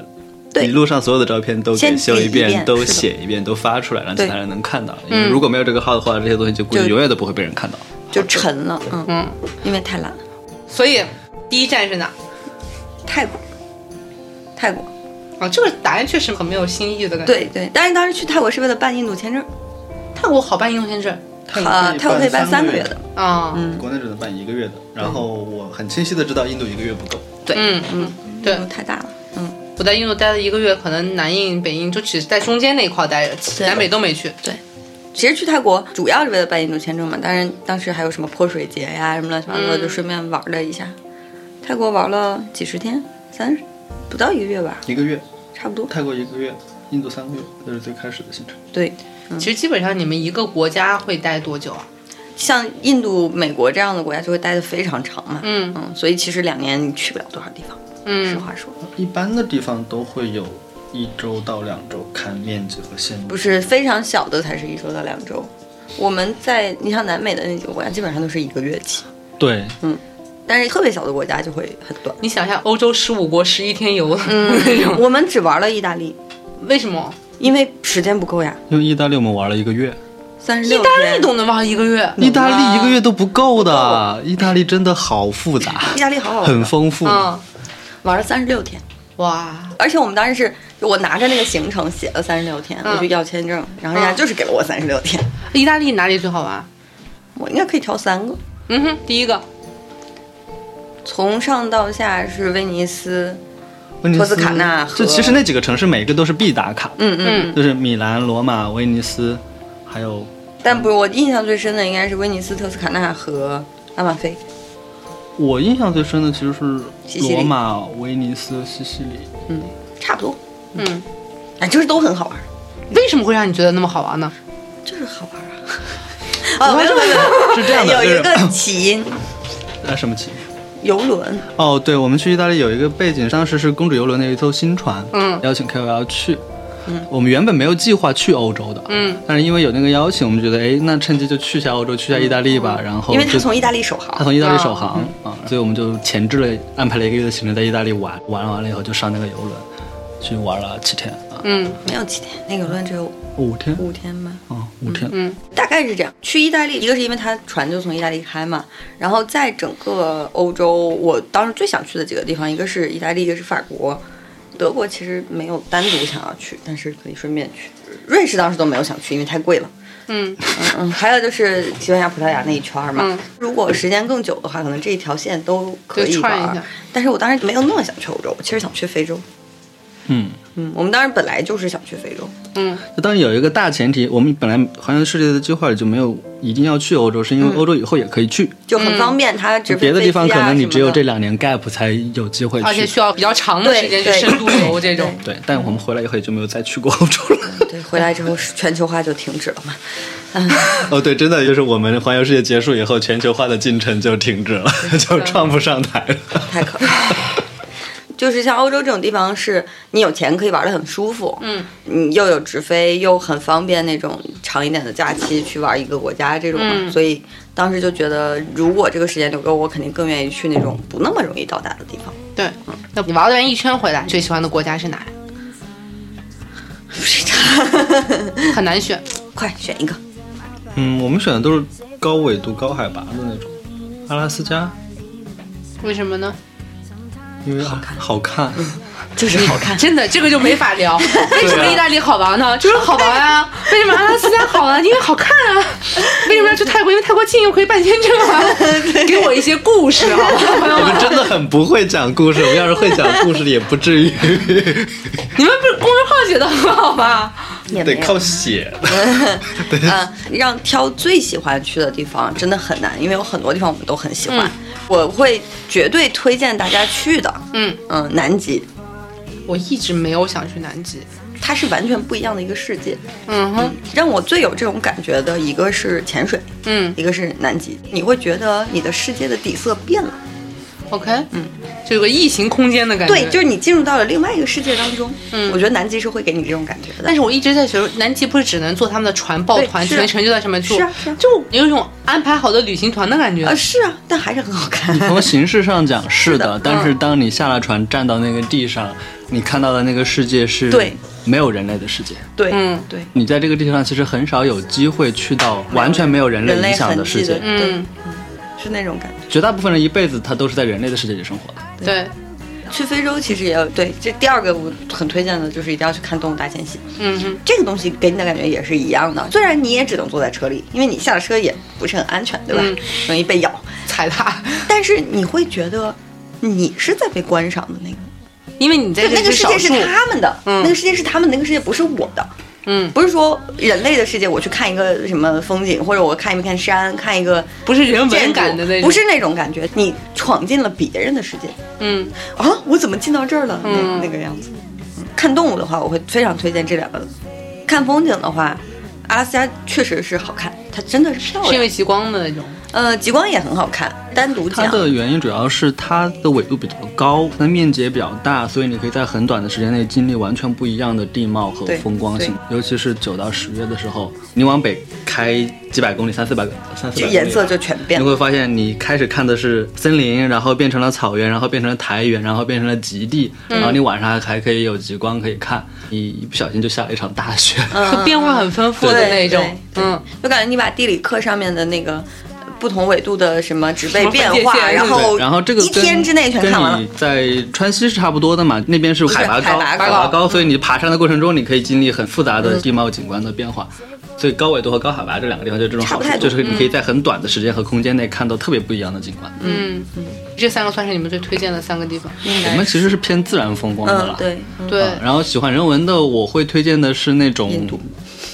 S2: 一
S3: 对
S2: 路上所有的照片都给
S3: 先
S2: 修一
S3: 比一
S2: 遍，
S3: 遍
S2: 都
S3: 是的
S2: 写一遍，都发出来，让其
S3: 对嗯
S2: 他人能看到。因为如果没有这个号的话，这些东西就估计
S3: 就
S2: 永远都不会被人看到。
S3: 就沉了，嗯
S1: 嗯，
S3: 因为太懒了。
S1: 所以第一站是哪？
S3: 泰国，泰国，
S1: 啊，这个答案确实很没有新意的感觉。，
S3: 对对，但是当时去泰国是为了办印度签证，
S1: 泰国好办移动签证
S3: 呃，泰国可以办三个月的，，
S1: 啊，嗯
S2: 国内只能办一个月的。然后我很清晰的知道印度一个月不够，
S3: 对，
S1: 嗯
S3: 嗯，
S1: 对
S3: 印度太大了，嗯，
S1: 我在印度待了一个月，可能南印、北印就只在中间那一块待着，
S3: 对
S1: 南北都没去。
S3: 对。其实去泰国主要是为了办印度签证嘛，当然当时还有什么泼水节呀、什么乱七八糟，
S1: 嗯
S3: 就顺便玩了一下。泰国玩了几十天，三十不到一个月吧，
S2: 一个月
S3: 差不多。
S2: 泰国一个月，印度三个月，这是最开始的行程。
S3: 对，
S1: 其实基本上你们一个国家会待多久啊？
S3: 像印度、美国这样的国家就会待得非常长嘛，
S1: 嗯
S3: 嗯，所以其实两年你去不了多少地方。实
S1: 嗯，
S3: 话说，
S2: 一般的地方都会有一周到两周，看面积和线路。
S3: 不是非常小的才是一周到两周。我们在你像南美的那几个国家，基本上都是一个月起，
S2: 对，
S3: 但是特别小的国家就会很短。
S1: 你想一下，欧洲十五国十一天游，
S3: 嗯，我们只玩了意大利，
S1: (laughs) 为什么？
S3: 因为时间不够呀，
S2: 因为意大利我们玩了一个月，
S3: 三
S1: 意
S3: 十六
S1: 大利
S3: 天。
S1: 都能玩一个月，
S2: 意大利一个月都不够的，意大利真的好复杂
S3: 意，大利好好玩，
S2: 很丰富。
S1: 嗯，
S3: 玩了三十六天，
S1: 哇，
S3: 而且我们当时是我拿着那个行程写了三十六天，
S1: 嗯
S3: 我就要签证，然后人家
S1: 嗯
S3: 就是给了我三十六天，
S1: 意大利哪里最好玩？
S3: 我应该可以挑三个，
S1: 嗯哼，第一个
S3: 从上到下是威尼斯，
S2: 威尼
S3: 托
S2: 斯
S3: 斯卡纳和
S2: 就其实那几个城市每个都是必打卡，
S3: 嗯嗯，
S1: 嗯
S2: 就是米兰、罗马、威尼斯，还有
S3: 但不是我印象最深的应该是威尼斯、特斯卡纳和阿马菲，
S2: 我印象最深的其实是
S3: 西西里
S2: 罗马、威尼斯、西西
S3: (laughs)
S2: 里，
S3: 嗯，差不多，
S1: 嗯，
S3: 哎，就是都很好玩。
S1: 为什么会让你觉得那么好玩呢？
S3: 就是好玩啊。 (laughs) 哦，没有没有，
S2: 是这样的，
S3: 有
S2: 就是
S3: 一个起因，
S2: 呃什么情？
S3: 游轮，
S2: 哦，对，我们去意大利有一个背景，当时是公主游轮的一艘新船，
S1: 嗯
S2: 邀请 KOL 去。嗯，我们原本没有计划去欧洲的，
S1: 嗯，
S2: 但是因为有那个邀请，我们觉得，哎，那趁机就去一下欧洲，去一下意大利吧。然后
S3: (laughs) 因为他
S2: 就
S3: 从意大利首
S2: 他
S3: 航，
S2: 从意大利首航、啊，所以我们就前置了安排了一个月的行程，在意大利玩，玩完了以后就上那个游轮去玩了七天啊，
S1: 嗯
S3: 没有几天，那个游轮只有
S2: 五天
S3: 五天吧，
S2: 啊，五天。
S1: 嗯
S3: 大概是这样。去意大利，一个是因为他船就从意大利开嘛，然后在整个欧洲，我当时最想去的几个地方，一个是意大利，一个是法国。德国其实没有单独想要去，但是可以顺便去。瑞士当时都没有想去，因为太贵了。
S1: 嗯
S3: 嗯嗯，还有就是西班牙、葡萄牙那一圈儿嘛。
S1: 嗯
S3: 如果时间更久的话，可能这一条线都可以
S1: 就
S3: 玩
S1: 串一
S3: 儿
S1: 下。
S3: 但是我当时没有那么想去欧洲，我其实想去非洲。
S2: 嗯，
S3: 嗯，我们当时本来就是想去非洲。
S1: 嗯
S2: 那当然有一个大前提，我们本来环游世界的计划里就没有一定要去欧洲，是因为欧洲以后也可以去，
S3: 就
S1: 嗯
S3: 很方便，它直
S2: 就
S3: 飞
S2: 别的地方
S3: 飞
S2: 可
S3: 机啊
S2: 能你
S3: 什么
S2: 只有
S3: 的
S2: 这两年 gap 才有机会
S1: 而且
S2: 去。
S1: 需要比较长的时间去
S3: 对对
S1: 深度游这种。
S2: 对，但我们回来以后也就没有再去过欧洲了。
S3: 对，回来之后全球化就停止了嘛。
S2: 哦，对，真的就是我们环游世界结束以后，全球化的进程就停止了， (laughs) 就创不上台了。 (laughs)
S3: 太可怕了。 (laughs) 就是像欧洲这种地方，是你有钱可以玩的很舒服，
S1: 嗯，
S3: 你又有直飞，又很方便那种长一点的假期去玩一个国家这种嘛。
S1: 嗯
S3: 所以当时就觉得，如果这个时间留给我，我肯定更愿意去那种不那么容易到达的地方。 (laughs)
S1: 对，那你玩完一圈回来，最喜欢的国家是哪？很难选。
S3: 快选一个，
S2: 嗯，我们选的都是高纬度、高海拔的那种，阿拉斯加，
S1: 为什么呢？
S2: 因为好看，好看。 (laughs)
S3: 就是好
S1: (laughs)
S3: 看。
S1: 真的，这个就没法 (laughs) 聊。为什么意大利好玩呢？啊就是好玩啊。为什么阿拉斯加好玩？因为好看 (laughs) 啊。为什么要去泰国？因为泰国近又可以办签证啊。 (laughs) 给我一些故事，好吧，朋友
S2: 我
S1: 们 (laughs)
S2: 们。真的很不会讲故事，我们要是会讲故事也不至于，
S1: 你们不是公众号写的很好吧？
S3: 也没
S2: (laughs) 得
S3: 有 (laughs)
S2: 靠写。对，
S3: 嗯，让挑最喜欢去的地方真的很难，因为有很多地方我们都很喜欢。
S1: 嗯
S3: 我会绝对推荐大家去的，
S1: 嗯，
S3: 嗯，南极，
S1: (laughs) 我一直没有想去南极。
S3: 它是完全不一样的一个世界。
S1: 嗯哼，
S3: 让我最有这种感觉的一个是潜水，
S1: 嗯
S3: 一个是南极，你会觉得你的世界的底色变了，
S1: ，OK，嗯，就有个异形空间的感觉。
S3: 对，就是你进入到了另外一个世界当中。
S1: 嗯
S3: 我觉得南极是会给你这种感觉的。
S1: 但是我一直在学，南极不是只能坐他们的船抱团，
S3: 对是啊
S1: 全程就在上面坐，
S3: 是啊是啊
S1: 就有一种安排好的旅行团的感觉。
S3: 啊，是啊，但还是很好看。
S1: 嗯
S2: 从形式上
S3: (laughs)
S2: 讲是
S3: 的
S2: 的，
S3: 嗯
S2: 但是当你下了船，站到那个地上，你看到的那个世界是
S3: 对
S2: 没有人类的世界。
S3: 对，
S1: 嗯
S3: 对，
S2: 你在这个地球上其实很少有机会去到完全没有人类
S3: 人类
S2: 影响的
S3: 痕
S2: 世
S3: 迹的，
S2: 界，
S3: 对，
S1: 嗯
S3: 是那种感觉。
S2: 绝大部分人一辈子他都是在人类的世界里生活的。
S3: 嗯
S1: 对，
S3: 去非洲其实也有对，这第二个我很推荐的就是一定要去看《动物大迁徙》，
S1: 嗯哼，
S3: 这个东西给你的感觉也是一样的。虽然你也只能坐在车里，因为你下了车也不是很安全，对吧？
S1: 嗯
S3: 容易被咬，
S1: 踩踏，
S3: 但是你会觉得你是在被观赏的那个，
S1: 因为你在
S3: 就
S1: 这
S3: 那个
S1: 是
S3: 世
S1: 少
S3: 界是
S1: 数，
S3: 他们的，
S1: 嗯
S3: 那个世界是他们，那个世界不是我的。
S1: 嗯，
S3: 不是说人类的世界，我去看一个什么风景，或者我看一片山，看一个
S1: 不是人
S3: 建
S1: 文
S3: 筑
S1: 感的那种，
S3: 不是那种感觉。你闯进了别人的世界，
S1: 嗯，
S3: 啊，我怎么进到这儿了？那、
S1: 嗯
S3: 那个样子。嗯看动物的话，我会非常推荐这两个。看风景的话，阿拉斯加确实是好看，它真的是漂
S1: 是因
S3: 亮。
S1: 为极光的那种，
S3: 呃，极光也很好看，单独
S2: 它
S3: 讲。
S2: 的原因主要是它的纬度比较高，它面积也比较大，所以你可以在很短的时间内经历完全不一样的地貌和
S3: 对
S2: 风光性。尤其是九到十月的时候，你往北开几百公里，三四百三四
S3: 就
S2: 百
S3: 颜色
S2: 公里
S3: 就全变
S2: 你
S3: 了，
S2: 会发现，你开始看的是森林，然后变成了草原，然后变成了苔原，然后变成了极地，然
S3: 嗯
S2: 后你晚上还可以有极光可以看。你一不小心就下了一场大雪。
S3: 嗯
S1: 就 (laughs) 变化很丰富的那
S3: 对
S1: 种，
S3: 对
S1: 嗯，
S3: 就感觉你把地理课上面的那个呃不同纬度的什么植被变
S1: 什么分界
S3: 化，
S1: 线
S3: 然后
S2: (laughs) 对然后这个
S3: 一
S2: 跟
S3: 天之内全看完
S2: 跟你
S3: 了。
S2: 在川西是差不多的嘛，那边是海拔
S3: 不是海
S2: 高，
S3: 拔高嗯
S2: 高，所以你爬山的过程中，你可以经历很复杂的地貌景观的变化。所以高纬度和高海拔这两个地方就是这种好
S3: 差不太
S2: 处，
S3: 多嗯
S2: 就是你可以在很短的时间和空间内看到特别不一样的景观。嗯，
S1: 这三个算是你们最推荐的三个地方，
S3: 应
S2: 我
S3: 该
S2: 们其实是偏自然风光的
S3: 嗯
S2: 啦。
S3: 对，
S1: 对
S2: 啊。然后喜欢人文的，我会推荐的是那种
S3: 印度、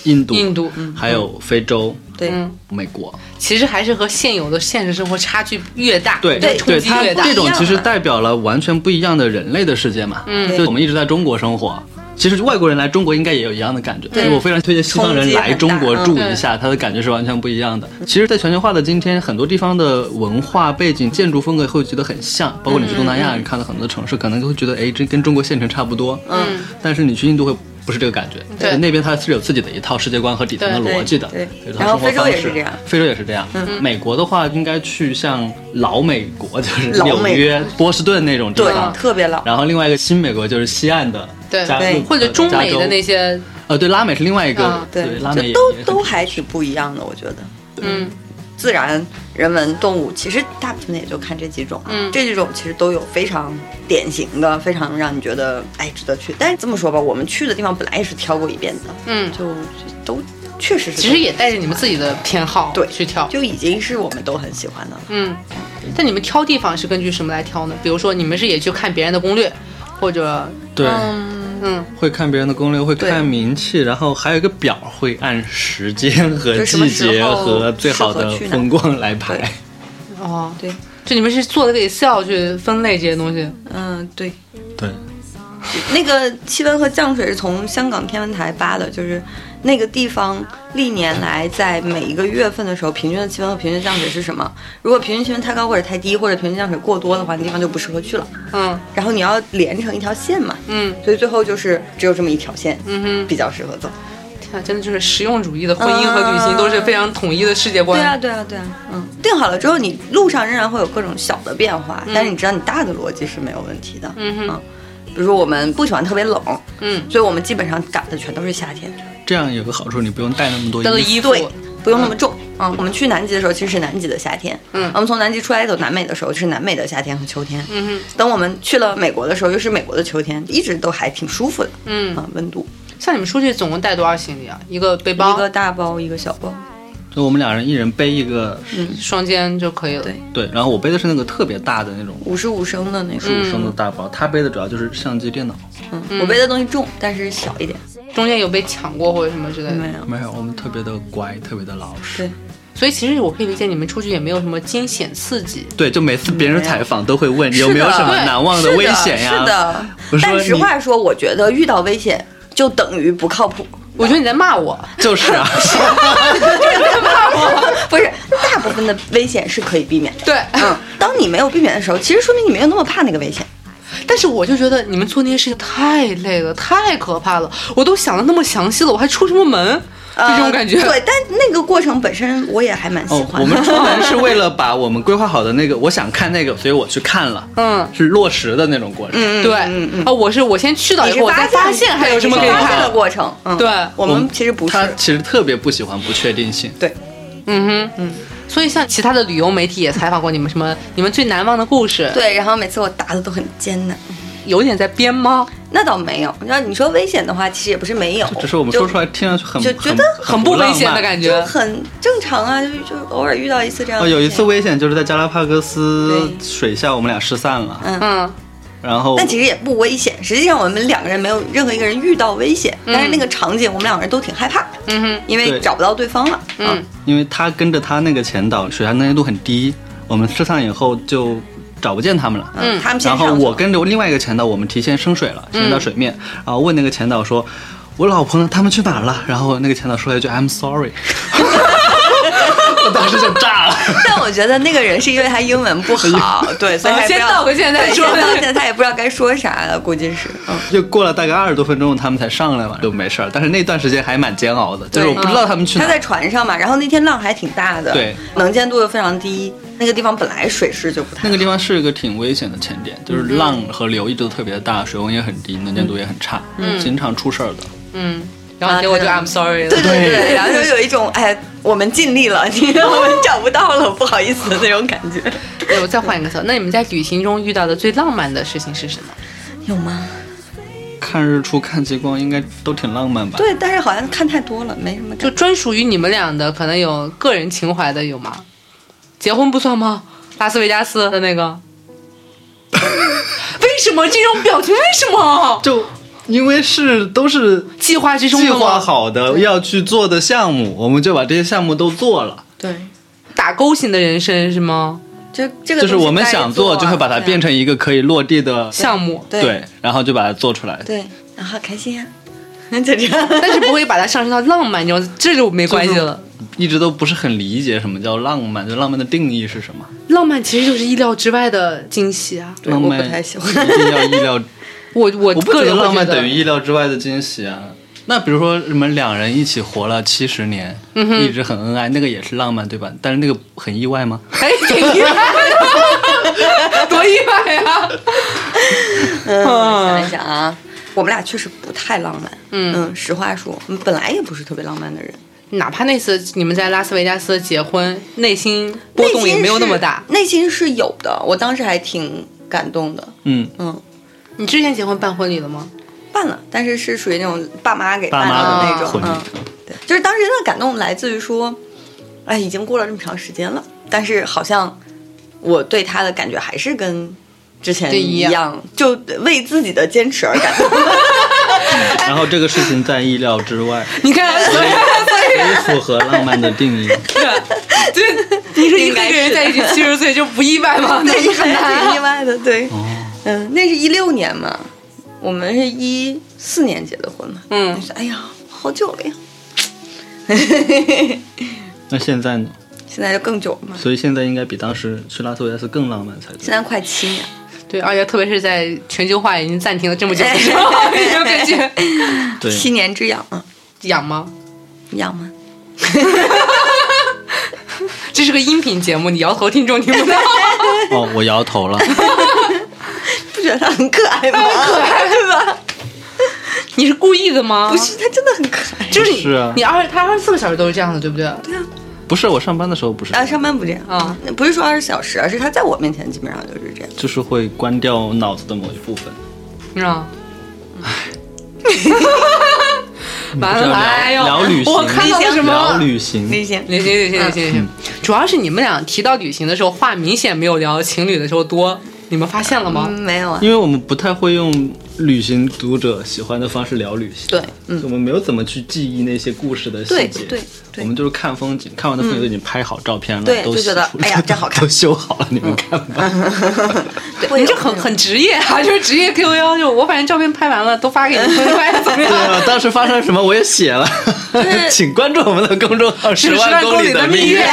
S2: 印度、
S1: 印度嗯
S2: 还有非洲、
S3: 对
S1: 嗯
S2: 美国。
S1: 其实还是和现有的现实生活差距越大，
S2: 对
S1: 就冲
S2: 对，
S1: 击
S2: 它
S1: 越大
S2: 这。种其
S3: 不一
S2: 实
S3: 样啊
S2: 代表了完全不一样的人类的世界嘛。嗯就我们一直在中国生活。其实外国人来中国应该也有一样的感觉，所以我非常推荐西方人来中国
S3: 冲
S2: 住
S1: 很大
S2: 一下，他的感觉是完全不一样的。其实，在全球化的今天，很多地方的文化背景、建筑风格会觉得很像，包括你去东南亚，
S3: 嗯
S2: 你看到很多城市，可能会觉得，哎，这跟中国县城差不多。
S1: 嗯，
S2: 但是你去印度会不是这个感觉，
S1: 对
S2: 那边它是有自己的一套世界观和底层的
S1: 对
S2: 逻辑的，
S3: 对对
S2: 有一
S3: 然
S2: 套生
S3: 后
S2: 活
S3: 非洲
S2: 方
S3: 也是
S2: 式
S3: 这样
S2: 非洲也是这样。
S3: 嗯
S2: 美国的话，应该去像老美国，就是
S3: 老
S2: 纽
S3: 美
S2: 约、波士顿那种地
S1: 嗯
S3: 对
S2: 方，。
S3: 特别老。
S2: 然后另外一个新美国就是西岸的
S1: 对
S2: 加
S3: 对
S1: 或者中美的那
S2: 些，
S1: 些，
S2: 呃，对，拉美是另外一个
S1: 啊，
S3: 对，
S2: 拉美也
S3: 就都
S2: 也很
S3: 都还挺不一样的，我觉得。
S1: 嗯，
S3: 自然、人文、动物，其实大部分也就看这几种。
S1: 嗯
S3: 这几种其实都有非常典型的，非常让你觉得哎值得去。但是这么说吧，我们去的地方本来也是挑过一遍的，
S1: 嗯，
S3: 就都确实是都，
S1: 其实也带着你们自己的偏好
S3: 对
S1: 去挑。
S3: 就已经是我们都很喜欢的了。
S1: 嗯，但你们挑地方是根据什么来挑呢？比如说你们是也去看别人的攻略，或者
S2: 对，
S1: 嗯，
S2: 会看别人的攻略，会看名气，然后还有一个表，会按时间和
S3: 就什么
S2: 季
S3: 时
S2: 节
S3: 候
S2: 和最好
S3: 适
S2: 的
S3: 合去哪
S2: 风光来排
S3: 对。
S1: 哦，
S3: 对，
S1: 就你们是做了个 Excel 去分类这些东西。
S3: 嗯，对，
S2: 对，
S3: 那个气温和降水是从香港天文台扒的，就是那个地方历年来在每一个月份的时候，平均的气温和平均降水是什么？如果平均气温太高或者太低，或者平均降水过多的话，那地方就不适合去了。
S1: 嗯
S3: 然后你要连成一条线嘛，
S1: 嗯
S3: 所以最后就是只有这么一条线，
S1: 嗯哼，
S3: 比较适合走。
S1: 天啊，真的就是实用主义的婚姻和旅行都是非常统一的世界观。
S3: 对啊，对啊，对啊，嗯，定好了之后，你路上仍然会有各种小的变化，但是你知道你大的逻辑是没有问题的。
S1: 嗯哼
S3: 比如说我们不喜欢特别冷，
S1: 嗯，
S3: 所以我们基本上赶的全都是夏天。
S2: 这样有个好处，你不用带那么多
S1: 带个
S2: 衣服。
S1: 衣服
S3: 对，不用那么重。嗯，我们去南极的时候其实是南极的夏天，
S1: 嗯
S3: 我们从南极出来走南美的时候就是南美的夏天和秋天，
S1: 嗯哼，
S3: 等我们去了美国的时候又是美国的秋天，一直都还挺舒服的。
S1: 嗯，
S3: 嗯，温度
S1: 像你们出去总共带多少行李啊？一个背
S3: 一
S1: 包
S3: 个、大包一个小包，
S2: 就我们俩人一人背一个，
S1: 双肩就可以了。
S3: 对
S2: 对，然后我背的是那个特别大的那种
S3: 五十五升的那种。
S2: 十五升的大包，他背的主要就是相机、电脑。
S3: 嗯，我背的东西重，但是小一点。
S1: 中间有被抢过或者什么之类的。
S3: 没有，
S2: 没有，我们特别的乖，特别的老实
S3: 对。
S1: 所以其实我可以理解你们出去也没有什么惊险刺激。
S2: 对，就每次别人采访都会问有没有什么
S1: 对
S2: 难忘的危险呀？
S3: 是的
S2: 我说，
S3: 但实
S2: 你
S3: 话说，我觉得遇到危险就等于不靠谱。 (laughs)
S1: 我觉得你在骂我。
S2: 就是啊，
S3: 不是，大部分的危险是可以避免的。
S1: 对，
S3: 嗯， (laughs) 当你没有避免的时候，其实说明你没有那么怕那个危险。
S1: (laughs) 但是我就觉得你们做那些事情太累了，太可怕了。我都想的那么详细了，我还出什么门？就 (laughs) 这种感觉。
S3: 呃对，但那个过程本身我也还蛮喜
S2: 哦，
S3: 欢
S2: 我
S3: 的。
S2: 们
S3: (laughs)
S2: 出门是为了把我们规划好的那个，我想看那个，所以我去看了，
S1: 嗯
S2: 是落实的那种过程。
S3: 嗯
S1: 对，
S3: 嗯嗯
S1: 啊，我是我先去到
S3: 你
S1: 以
S3: 是
S1: 后，我再发现还有什么可以
S3: 对你是发现
S1: 看
S3: 的。过程。嗯，
S1: 对
S3: 我们其实不是
S2: 他。其实特别不喜欢不确定性。
S3: 对，
S1: 嗯哼，嗯。所以像其他的旅游媒体也采访过你们，什么你们最难忘的故事，
S3: 对，然后每次我答的都很艰难。
S1: 有点在编吗？
S3: 那倒没有，那你说危险的话，其实也不是没有，
S2: 只是我们
S3: 就
S2: 说出来听上去很
S3: 就觉得
S1: 很不危险的
S2: 觉。
S1: 感
S3: 就
S1: 觉。
S3: 很正常啊，就就偶尔遇到一次这样
S2: 哦，
S3: 的。
S2: 有一次，危险就是在加拉帕戈斯
S3: 对
S2: 水下，我们俩失散了，
S3: 嗯，
S1: 嗯，
S2: 然后
S3: 但其实也不危险。实际上我们两个人没有任何一个人遇到危险，但是那个场景我们两个人都挺害怕，
S1: 嗯哼，
S3: 因
S2: 对
S3: 为找不到对方了。
S1: 嗯，
S2: 因为他跟着他那个前导，水下能见度很低，我们失散以后就找不见他们了。
S1: 嗯
S3: 他们先
S2: 然
S3: 上
S2: 后
S3: 去
S2: 我
S3: 了
S2: 跟着另外一个前导，我们提前升水了，先到水面，然后问那个前导说：“我老婆呢？他们去哪儿了？”然后那个前导说了一句：“I'm sorry。” (laughs) 我当时就炸了。 (laughs)
S3: (laughs) 但我觉得那个人是因为他英文不好，
S2: 哎
S3: 对，所以
S1: 啊
S3: 他也不
S1: 先
S3: 知道
S1: 倒回现在
S3: 对
S1: 说
S3: 先倒回现在他也不知道该说啥了，估计是，嗯，
S2: 就过了大概二十多分钟，他们才上来嘛，就没事儿。但是那段时间还蛮煎熬的，就是我不知道他们去哪
S3: 他
S2: 儿。
S3: 在船上嘛，然后那天浪还挺大的，
S2: 对，
S3: 能见度又非常低，那个地方本来水势就不太
S2: 那个地方是一个挺危险的潜点，就是浪和流一直都特别大，水温也很低，能见度也很差，经常出事儿的。
S1: 嗯，然后结果就
S3: 啊
S1: I'm
S3: 对
S1: sorry 了。
S3: 对对对，
S2: 对
S3: 对然后就有一种哎，我们尽力了，你我们找不到了，不好意思的那种感觉，
S1: 对，我再换一个词。那你们在旅行中遇到的最浪漫的事情是什么？
S3: (laughs) 有吗？
S2: 看日出、看极光，应该都挺浪漫吧？
S3: 对，但是好像看太多了，没什么感
S1: 就
S3: 觉。
S1: 专属于你们俩的，可能有个人情怀的有吗？结婚不算吗？拉斯维加斯的那 (laughs) 个？为什么这种表情？为什么？
S2: 就因为是都是
S1: 计划之中
S2: 计
S1: 的吗
S2: 划好的要去做的项目，我们就把这些项目都做了。
S3: 对，
S1: 打勾型的人生是吗？
S3: 就这个
S2: 就是
S3: 东西
S2: 我们
S3: 该
S2: 想
S3: 做啊
S2: 做，就会把它变
S3: 成
S2: 成一个可以落地的
S1: 项目，
S3: 对
S2: 对，然后就把它做出来。
S3: 对，然后开心呀，啊 (laughs) 就这样。
S1: 但是不会把它上升到浪漫，你知道，这就没关系了。
S2: 一直都不是很理解什么叫浪漫，就浪漫的定义是什么？
S1: (laughs) 浪漫其实就是意料之外的惊喜啊！
S3: 对
S2: 浪
S3: 我
S2: 漫
S3: 不太喜欢 (laughs)
S2: 一定要意料，
S1: 我我
S2: 我不觉
S1: 个
S2: 得
S1: 人会
S2: 浪漫
S1: 觉得
S2: 等于意料之外的惊喜啊。那比如说你们两人一起活了七十年，
S1: 嗯
S2: 一直很恩爱，那个也是浪漫对吧？但是那个很意外吗？
S1: 哎，挺意外的， (laughs) 多意外呀！
S3: 嗯，想一想啊，我们俩确实不太浪漫。
S1: 嗯
S3: 实话说，我们本来也不是特别浪漫的人，
S1: 哪怕那次你们在拉斯维加斯结婚，内心波动
S3: 内心
S1: 也
S3: 是
S1: 没有那么大。
S3: 内心是有的。我当时还挺感动的，
S1: (laughs)
S2: 嗯，
S3: 嗯，
S1: 你之前结婚办婚礼了吗？
S3: 办了，但是是属于那种爸妈给
S2: 爸
S3: 办
S2: 妈
S3: 的
S1: 的
S3: 那种，
S2: 婚礼
S3: 嗯，对，就是当时那感动来自于说，哎，已经过了这么长时间了，但是好像我对他的感觉还是跟之前
S1: 对
S3: 一
S1: 一样
S3: 样，就为自己的坚持而感
S1: (laughs)
S3: 动。
S2: 然后这个事情在意料
S1: (laughs)
S2: 之外，
S1: 你看，所以
S2: 也符合浪漫的定义。
S1: 就你说一个人在一起七十岁就不意外 (laughs)
S3: (laughs)
S1: 吗？
S3: 对，
S1: 很
S3: 还挺
S1: 难
S3: 意。外的，对，
S2: 哦，
S3: 嗯，那是一六年嘛，我们是一四年结的婚嘛，
S1: 嗯，
S3: 哎呀，好久了呀， (laughs)
S2: 那现在呢？
S3: 现在就更久了嘛，
S2: 所以现在应该比当时去拉斯维加斯更浪漫才
S3: 现
S2: 对。
S3: 在快七年了，
S1: 对，而且特别是在全球化已经暂停了这么久的时候， (laughs) 你就感觉
S2: 对，
S3: 七年之痒啊，
S1: (laughs) 痒吗？
S3: 痒吗？
S1: 这是个音频节目，你摇头听众听不到。
S2: 哦，我摇头
S1: (laughs)
S2: 了。
S3: 不觉得他很可爱吗？很可爱， (laughs) 对吧？
S1: 你是故意的吗？
S3: 不，是，他真的很可爱。
S1: 就是你
S2: 是啊
S1: 你二他二十四个小时都是这样的，对不对？
S2: 不是，我上班的时候不是，
S3: 啊，上班不这样
S1: 啊，
S3: 不是说二十小时，而是他在我面前基本上就是这样。
S2: 就是会关掉脑子的某一部分。
S1: 你知道。完
S2: 不是
S1: 了，
S2: 要聊
S1: 哎呦，
S2: 聊旅行，
S1: 我看到了什
S2: 聊
S1: 么？
S2: 旅行，嗯
S3: 李行，
S1: 旅行，旅行，旅行，旅行。主要是你们俩提到旅行的时候，话明显没有聊情侣的时候多，你们发现了吗？
S3: 嗯，没有啊，
S2: 因为我们不太会用旅行读者喜欢的方式聊旅行，
S3: 对嗯
S2: 所以我们没有怎么去记忆那些故事的细
S3: 对
S2: 节，
S3: 对对
S2: 我们就是看风景，看完的风景都已经拍好照片了，
S3: 对
S2: 都
S3: 就觉得
S2: 洗出来
S3: 哎呀真好
S2: (laughs)
S3: 看嗯
S2: 都修好了，你们看吧。
S3: 对
S1: 你这很很职业啊，就是职业 Q 幺，就我反正照片拍完了都发给你 (laughs) 们，拍怎么
S2: 对
S1: 样？
S2: 啊，当时发生什么我也写了， (laughs) 请关注我们的公众号《
S1: 是
S2: 十
S1: 十
S2: 万
S1: 万
S2: 公
S1: 公
S2: 里
S1: 里的
S2: 蜜
S1: 蜜
S3: (laughs)
S1: 月，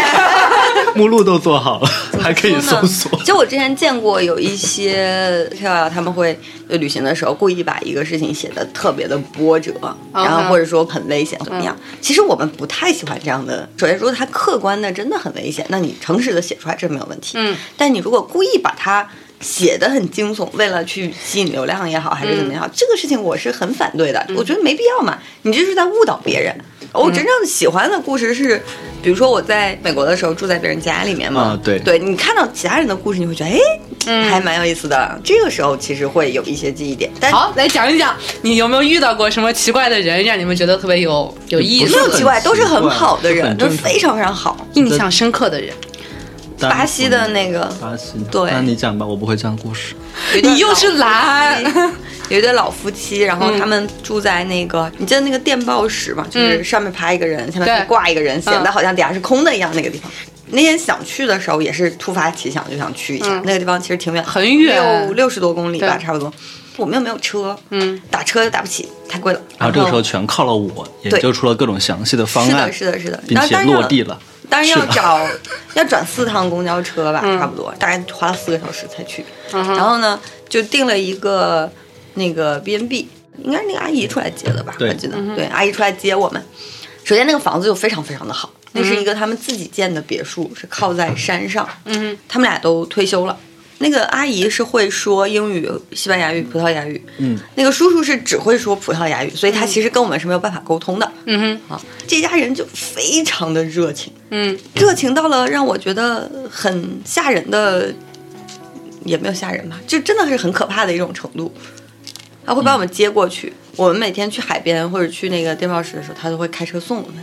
S2: 目录都做好了，还可以搜索。
S3: 就我之前见过有一些漂亮，他们会就旅行的时候故意把一个事情写的特别的波折，然后或者说很危险怎么样？其实我们不太喜欢这样的。首先，如果它客观的真的很危险，那你诚实的写出来这没有问题。
S1: 嗯，
S3: 但你如果故意把它写的很惊悚，为了去吸引流量也好，还是怎么样，这个事情我是很反对的。我觉得没必要嘛，你这是在误导别人。哦我真正喜欢的故事是，比如说我在美国的时候住在别人家里面嘛，
S2: 啊对
S3: 对你看到其他人的故事，你会觉得哎，
S1: 嗯
S3: 还蛮有意思的。这个时候其实会有一些记忆点，但
S1: (laughs) 好，来讲一讲，你有没有遇到过什么奇怪的人，让你们觉得特别有有意
S2: 不
S3: 没
S1: 思
S2: 是
S3: 有
S2: 很
S1: 的、
S3: 奇怪，都是很好的
S2: 就
S3: 人，
S2: 很
S3: 都
S2: 正
S3: 是
S2: 常
S3: 非常非常好。
S1: 印象深刻的人？
S3: 巴西的那个，
S2: 巴西，
S3: 对
S2: 那你讲吧，我不会讲故事。
S3: 有一对
S1: 嗯你又是嗯
S3: 老
S1: 蓝
S3: 夫，妻有一对老夫妻，然后他们住在那个，你记得那个电报室吗？就是上面爬一个人，下面
S1: 嗯对
S3: 挂一个人，显得
S1: 嗯
S3: 好像底下是空的一样那个地方。那天想去的时候也是突发奇想，就想去一下。
S1: 嗯
S3: 那个地方其实挺远，
S1: 很远
S3: 六六十多公里吧，
S1: 对
S3: 差不多。我们又没有车，
S1: 嗯，啊
S3: 打车又打不起，太贵了。
S2: 然后这个时候全靠了我，研究出了各种详细的方
S3: 是
S2: 案，
S3: 的，是的，是的，
S2: 并
S3: 当
S2: 且
S3: 当然要
S2: 落地了。
S3: 当然
S2: 去
S3: 要
S2: 了
S3: 找，要转四趟公交车吧，
S1: 嗯
S3: 差不多，大概花了四个小时才去。
S1: 嗯哼
S3: 然后呢，就订了一个那个 B N B，应该是那个阿姨出来接的吧？
S2: 对
S3: 我记
S1: 嗯
S3: 得，对，阿姨出来接我们。首先，那个房子就非常非常的好，那是一个他们自己建的别墅，是靠在山上。
S1: 嗯，
S3: 他们俩都退休了。那个阿姨是会说英语、西班牙语、葡萄牙语，
S2: 嗯，
S3: 那个叔叔是只会说葡萄牙语，所以他其实跟我们是没有办法沟通的。
S1: 嗯哼，
S3: 啊，这家人就非常的热情，
S1: 嗯，
S3: 热情到了让我觉得很吓人的，也没有吓人吧，就真的是很可怕的一种程度。他会把我们接过去，我们每天去海边或者去那个电报室的时候，他都会开车送我们。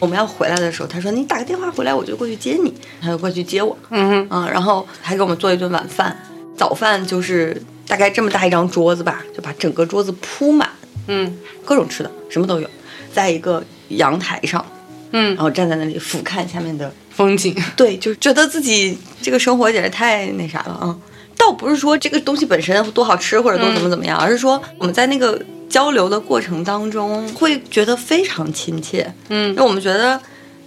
S3: 我们要回来的时候，他说：“你打个电话回来，我就过去接你。”他就过去接我。
S1: 嗯哼，
S3: 嗯，然后还给我们做一顿晚饭，早饭就是大概这么大一张桌子吧，就把整个桌子铺满，
S1: 嗯
S3: 各种吃的，什么都有，在一个阳台上，然
S1: 嗯，
S3: 后站在那里俯瞰下面的，
S1: 风景，
S3: 对，就觉得自己这个生活简直太那啥了啊！倒不是说这个东西本身多好吃或者多怎么怎么样，而是说我们在那个交流的过程当中，会觉得非常亲切，因
S1: 嗯
S3: 为我们觉得。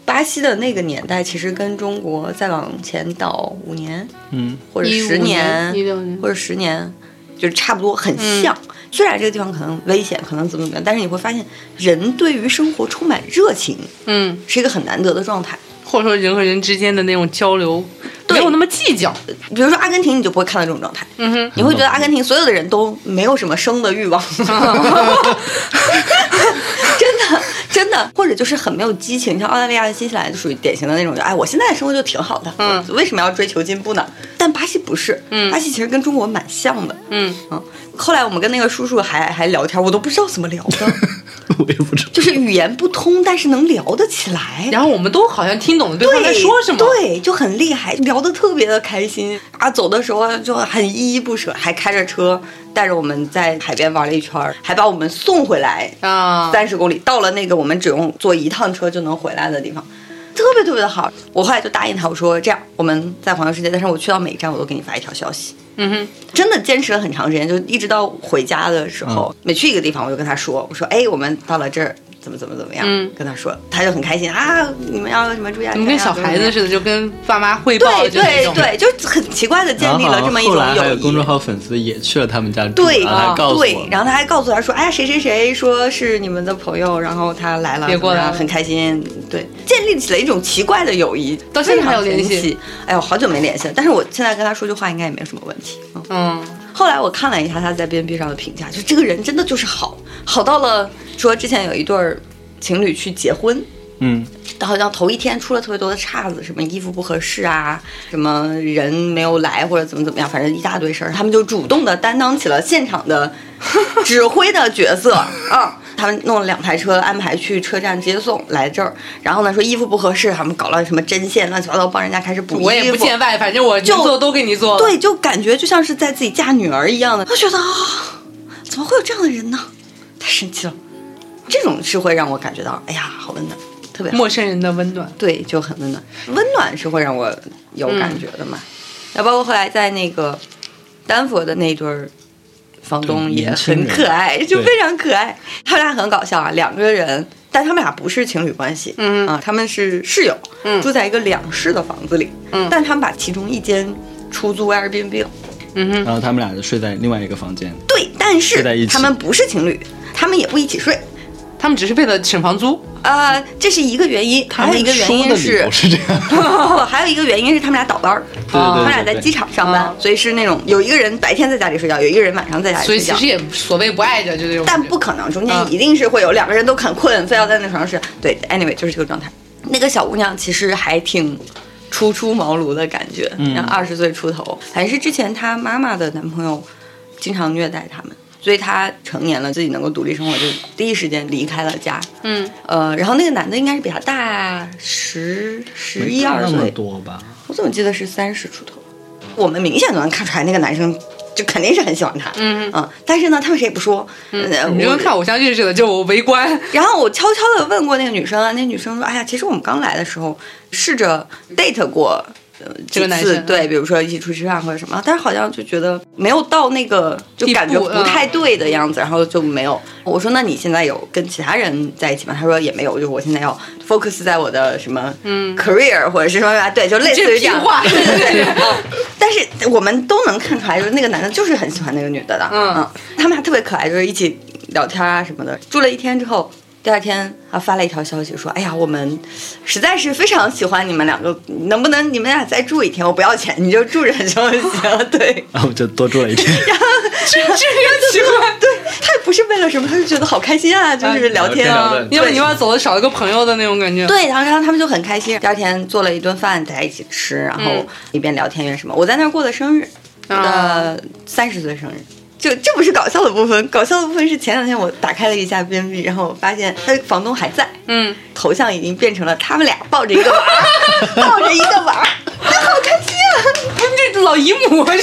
S3: 巴西的那个年代，其实跟中国再往前倒五年，
S2: 嗯，
S3: 或者
S1: 15
S3: 十
S1: 年16年嗯
S3: 或者十年，就是差不多很像。虽然这个地方可能危险，可能怎么怎么样，但是你会发现，人对于生活充满热情，
S1: 嗯，
S3: 是一个很难得的状态。
S1: 或者说人和人之间的那种交流，
S3: 对
S1: 没有那么计较，
S3: 比如说阿根廷，你就不会看到这种状态，
S1: 嗯哼，
S3: 你会觉得阿根廷所有的人
S1: (laughs)
S3: 都没有什么生的欲望，真的真的，或者就是很没有激情，像澳大利亚、新西兰就属于典型的那种，就哎，我现在的生活就挺好的，
S1: 嗯
S3: 我为什么要追求进步呢？但巴西不是，
S1: 嗯
S3: 巴西其实跟中国蛮像的，
S1: 嗯，
S3: 嗯。后来我们跟那个叔叔还还聊天，我都不知道怎么聊
S1: (laughs)
S3: 的，
S2: (laughs) 我也不知道。
S3: 就是语言不通，但是能聊得起来。
S1: 然后我们都好像听懂了对方在
S3: 对，
S1: 说什么，
S3: 对，就很厉害，聊得特别的开心啊！走的时候就很依依不舍，还开着车带着我们在海边玩了一圈儿，还把我们送回来
S1: 啊，
S3: 三十公里，到了那个我们只用坐一趟车就能回来的地方，特别特别的好。我后来就答应他，我说这样，我们在环游世界，但是我去到每一站我都给你发一条消息。
S1: 嗯哼，
S3: 真的坚持了很长时间，就一直到回家的时候，
S1: 嗯
S3: 每去一个地方，我就跟他说，我说，哎，我们到了这儿。怎么怎么怎么样？
S1: 嗯
S3: 跟他说，他就很开心啊！你们要什么注意
S1: 你
S3: 安全、啊？
S1: 们跟小孩子
S3: 的。
S1: 似的，就跟爸妈汇报，
S3: 对
S1: 就那
S3: 对
S1: 种，
S3: 对，就很奇怪的建立了这么一种
S2: 然后后来还
S3: 友
S2: 有公众
S3: 谊。
S2: 号粉丝也去了他们家住，
S3: 对啊
S2: 然后还告诉我，
S3: 对，然后他还告诉他说：“哎呀，谁谁谁说是你们的朋友，然后他来了，
S1: 别过来了
S3: 很开心。”对，建立起了一种奇怪的友谊，
S1: 到现在还有
S3: 非常
S1: 联系
S3: 神奇。哎呦，好久没联系了，但是我现在跟他说句话，应该也没有什么问题。嗯，
S1: 嗯，
S3: 后来我看了一下他在 B N B 上的评价，就这个人真的就是好，好到了说之前有一对儿情侣去结婚，
S2: 嗯，
S3: 然后像头一天出了特别多的岔子，什么衣服不合适啊，什么人没有来或者怎么怎么样，反正一大堆事儿，他们就主动的担当起了现场的指挥的角色啊。他们弄了两台车，安排去车站接送来这儿。然后呢，说衣服不合适，他们搞了什么针线，乱七八糟，帮人家开始补衣服。啊
S1: 我也不见外，反正我能
S3: 就
S1: 做都给你做了，
S3: 对，就感觉就像是在自己嫁女儿一样的，我觉得啊、怎么会有这样的人呢？太神奇了，这种是会让我感觉到，哎呀，好温暖，特别好。
S1: 陌生人的温暖，
S3: 对，就很温暖，温暖是会让我有
S2: 嗯
S3: 感觉的嘛。那、包括后来在那个丹佛的那对儿房东
S2: 对
S3: 也
S2: 年轻
S3: 很
S2: 人
S3: 可爱，就
S2: 对
S3: 非常可爱。他们俩很搞笑啊，两个人，但他们俩不是情侣关系，
S1: 嗯
S3: 啊，他们是室友，
S1: 嗯
S3: 住在一个两室的房子里，
S1: 嗯
S3: 但他们把其中一间出租 Airbnb 了。
S1: 嗯哼，
S2: 然后他们俩就睡在另外一个房间，
S3: 对，但是
S2: 睡在一起
S3: 他们不是情侣，他们也不一起睡。
S1: 他们只是为了省房租，
S3: 呃，这是一个原因，还有一个原
S2: 说的
S3: 因
S2: 理
S3: 是
S2: 由，是这样，
S3: (laughs) 还有一个原因是他们俩倒班儿，
S2: 对对对
S3: 他
S2: 对
S3: 们俩在机场上班
S1: 啊，
S3: 所以是那种有一个人白天在家里睡觉，有一个人晚上在家里
S1: 所以
S3: 睡
S1: 其
S3: 觉
S1: 实。也所谓不爱着，就这种感
S3: 但
S1: 觉，
S3: 不可能，中
S1: 啊
S2: 嗯
S3: 间一定是会有两个人都很困，非要在那床上睡。对，anyway 就是这个状态。那个小姑娘其实还挺初出茅庐的感觉，
S2: 嗯
S3: 然后二十岁出头，还是之前她妈妈的男朋友经常虐待他们，所以她成年了自己能够独立生活，就第一时间离开了家。
S1: 嗯，
S3: 呃，然后那个男的应该是比她大十
S2: (laughs)
S3: 十一二
S2: 那
S3: 岁
S2: 么，多吧？
S3: 我怎么记得是三十出头？我们明显都能看出来，那个男生就肯定是很喜欢她。
S1: 嗯
S3: 但是呢，他们谁也不说。
S2: 嗯
S3: 呃
S1: 你
S3: 我
S1: 们看偶像剧似的，就我围观，
S3: (laughs) 然后我悄悄的问过那个女生，啊，那女生说：“哎呀，其实我们刚来的时候试着 date 过，呃，
S1: 这个
S3: 几
S1: 男
S3: 次
S1: 生嗯
S3: 对，比如说一起出去吃饭或者什么，但是好像就觉得没有到那个，就
S1: 地
S3: 感觉
S1: 步嗯
S3: 不太对的样子，然后就没有。我说：那你现在有跟其他人在一起吗？她说也没有，就是我现在要 focus 在我的什么
S1: 嗯
S3: career 或者是什么，对，就类似
S1: 这
S3: 于
S1: 屁
S3: 这样。
S1: 话，
S3: (laughs) 对对对，嗯 (laughs) 但是我们都能看出来，就是那个男的就是很喜欢那个女的的，
S1: 嗯
S3: 他们还特别可爱，就是一起聊天啊什么的。住了一天之后，第二天他发了一条消息说：“哎呀，我们实在是非常喜欢你们两个，能不能你们俩再住一天？我不要钱，你就住着就行。” (laughs) 对。
S2: 然后啊我就多住了一天，
S1: 这这也奇 (laughs) 怪。
S3: 对他也不是为了什么，他就觉得好开心啊，就是
S2: 聊
S3: 聊天
S2: 天
S3: 啊
S2: 哎聊，天
S1: 因为你要走的少一个朋友的那种感觉。，
S3: 对，然后然后他们就很开心。第二天做了一顿饭，大家一起吃，然后
S1: 嗯
S3: 一边聊天一边什么。我在那儿过的生日，我
S1: 啊
S3: 的三十岁生日。就这不是搞笑的部分，搞笑的部分是前两天我打开了一下 B N B，然后我发现他房东还在，
S1: 嗯，
S3: 头像已经变成了他们俩抱着一个娃儿，
S1: (laughs)
S3: 抱着一个娃儿，哎好开心啊！
S1: 不是哎这老姨母，这
S3: 对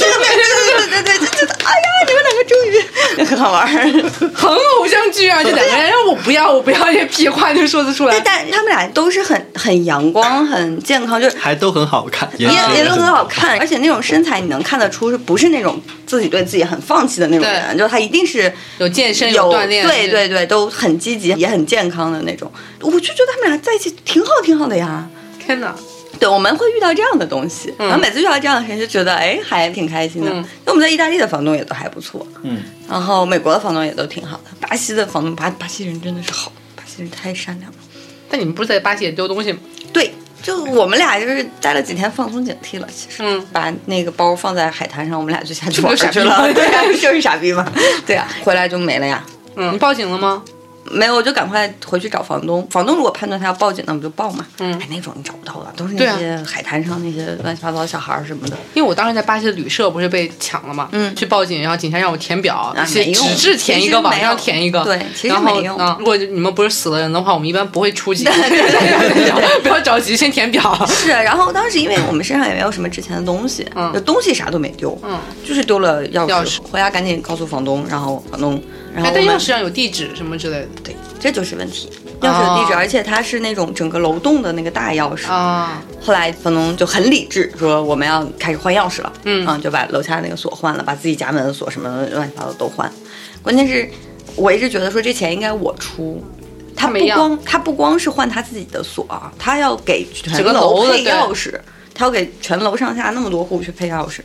S1: (laughs)
S3: 对对对对，就觉得哎呀，你们两个终于 (laughs) 很好玩儿。
S1: (laughs) 很偶像剧啊！这两个人让我不要，我不要这屁话就说得出
S3: 对
S1: 来，。
S3: 但他们俩都是很很阳光、很健康，就是
S2: (laughs) 还都很好看，颜值
S3: 也也
S2: 也
S3: 都很好看，而且那种身材你能看得出，是不是那种自己对自己很放弃的那种
S1: 对
S3: 人？就他一定是
S1: 有健身，
S3: 有
S1: 锻炼，
S3: 对对对，都很积极，也很健康的那种。我就觉得他们俩在一起挺好，挺好的呀。
S1: 对，天哪！
S3: 对，我们会遇到这样的东西，
S1: 嗯
S3: 然后每次遇到这样的人，就觉得哎，还挺开心的。
S1: 嗯
S3: 因为我们在意大利的房东也都还不错，
S2: 嗯，
S3: 然后美国的房东也都挺好的，巴西的房东巴巴西人真的是好，巴西人太善良了。
S1: 但你们不是在巴西也丢东西吗？
S3: 对，就我们俩就是待了几天，放松警惕了。其实，
S1: 嗯
S3: 把那个包放在海滩上，我们俩就下去玩
S1: 这
S3: 儿
S1: 不
S3: (laughs) 去
S1: 是傻逼吗
S3: 了。对啊，就是傻逼嘛。对啊，回来就没了呀。
S1: 嗯，你报警了吗？
S3: 没有，我就赶快回去找房东。房东如果判断他要报警，那我们就报嘛。嗯，哎，那种你找不到的，都是
S1: 对啊
S3: 那些海滩上那些乱七八糟的小孩儿什么的。
S1: 因为我当时在巴西的旅社不是被抢了嘛，
S3: 嗯
S1: 去报警，然后警察让我填表，
S3: 啊
S1: 写
S3: 没用
S1: 纸质填一
S3: 其
S1: 个，
S3: 实
S1: 网
S3: 没
S1: 上
S3: 用
S1: 填一个，
S3: 对其实
S1: 然后
S3: 没用
S1: 啊如果你们不是死了人的话，我们一般不会出警， (laughs) 不要着急，先填表。
S3: 是，啊然后当时因为我们身上也没有什么值钱的东西，
S1: 嗯
S3: 就东西啥都没丢，
S1: 嗯，
S3: 就是丢了钥匙。
S1: 钥匙
S3: 回家赶紧告诉房东，然后房东，然后
S1: 哎，
S3: 我
S1: 但
S3: 们
S1: 钥匙上有地址什么之类的
S3: 对，这就是问题，钥匙的地址，
S1: 哦
S3: 而且它是那种整个楼栋的那个大钥匙。
S1: 啊，
S3: 后来房东就很理智，说我们要开始换钥匙了，
S1: 嗯
S3: 就把楼下那个锁换了，把自己家门的锁什么乱七八糟都换。关键是，我一直觉得说这钱应该我出。他
S1: 没
S3: 不
S1: 要
S3: 光他不光是换他自己的锁啊，他要给全
S1: 整个楼的
S3: 配
S1: 对
S3: 钥匙，他要给全楼上下那么多户去配钥匙。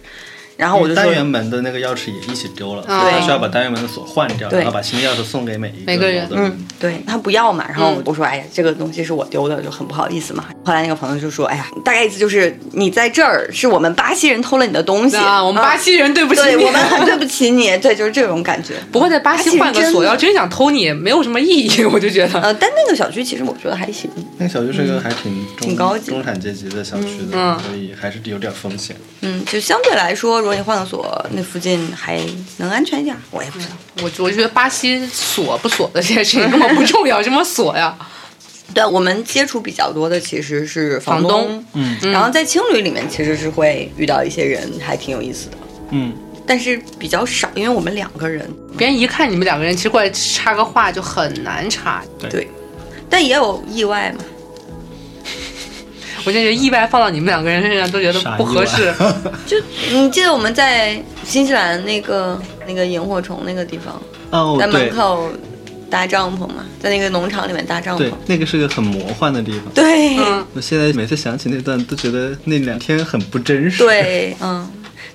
S3: 然后我就说
S2: 单元门的那个钥匙也一起丢了，所
S1: 对
S2: 以他需要把单元门的锁换掉，
S3: 嗯对
S2: 然后把新的钥匙送给每一
S1: 每个
S2: 个
S1: 人
S2: 楼的人。
S3: 嗯，对他不要嘛，然后
S1: 嗯
S3: 我就说，哎呀，这个东西是我丢的，就很不好意思嘛。后来那个朋友就说，哎呀，大概意思就是你在这儿是我们巴西人偷了你的东西
S1: 啊，我们巴、西人对不
S3: 啊
S1: 起
S3: 对
S1: 你
S3: 我们很对不起你，对，就是这种
S1: (laughs)
S3: 感觉。
S1: 不过在巴西换个锁，
S3: 巴西人真的
S1: 要真想偷你也没有什么意义， (laughs) 我就觉得，
S3: 呃，但那个小区其实我觉得还行，
S2: 那个小区是一个还挺中
S3: 嗯挺高级
S2: 中产阶级的小区
S1: 嗯
S2: 的，所以还是有点风险。
S3: 嗯，就相对来说，如果你换个锁，那附近还能安全一点。我也不知道，
S1: 我我觉得巴西锁不锁的这件事情根本不重要，什么锁呀？
S3: 对我们接触比较多的其实是房
S1: 房东
S2: 嗯
S3: 然后在青旅里面其实是会遇到一些人，还挺有意思的，
S2: 嗯，
S3: 但是比较少，因为我们两个人。
S1: (laughs) 别人一看你们两个人，其实过来插个话就很难插。
S3: 对，但也有意外嘛。
S1: 我就觉得意外放到你们两个人身上都觉得
S2: 啥
S1: 不合
S2: (laughs) 意
S1: 适。
S3: 就你记得我们在新西兰那个那个萤火虫那个地方，
S2: 哦
S3: 在，门
S2: 对
S3: 口搭帐篷嘛，在那个农场里面搭帐篷
S2: 对。，那个是个很魔幻的地方。
S3: 对、
S1: 嗯，
S2: 我现在每次想起那段，都觉得那两天很不真实。
S3: (laughs) 对，嗯，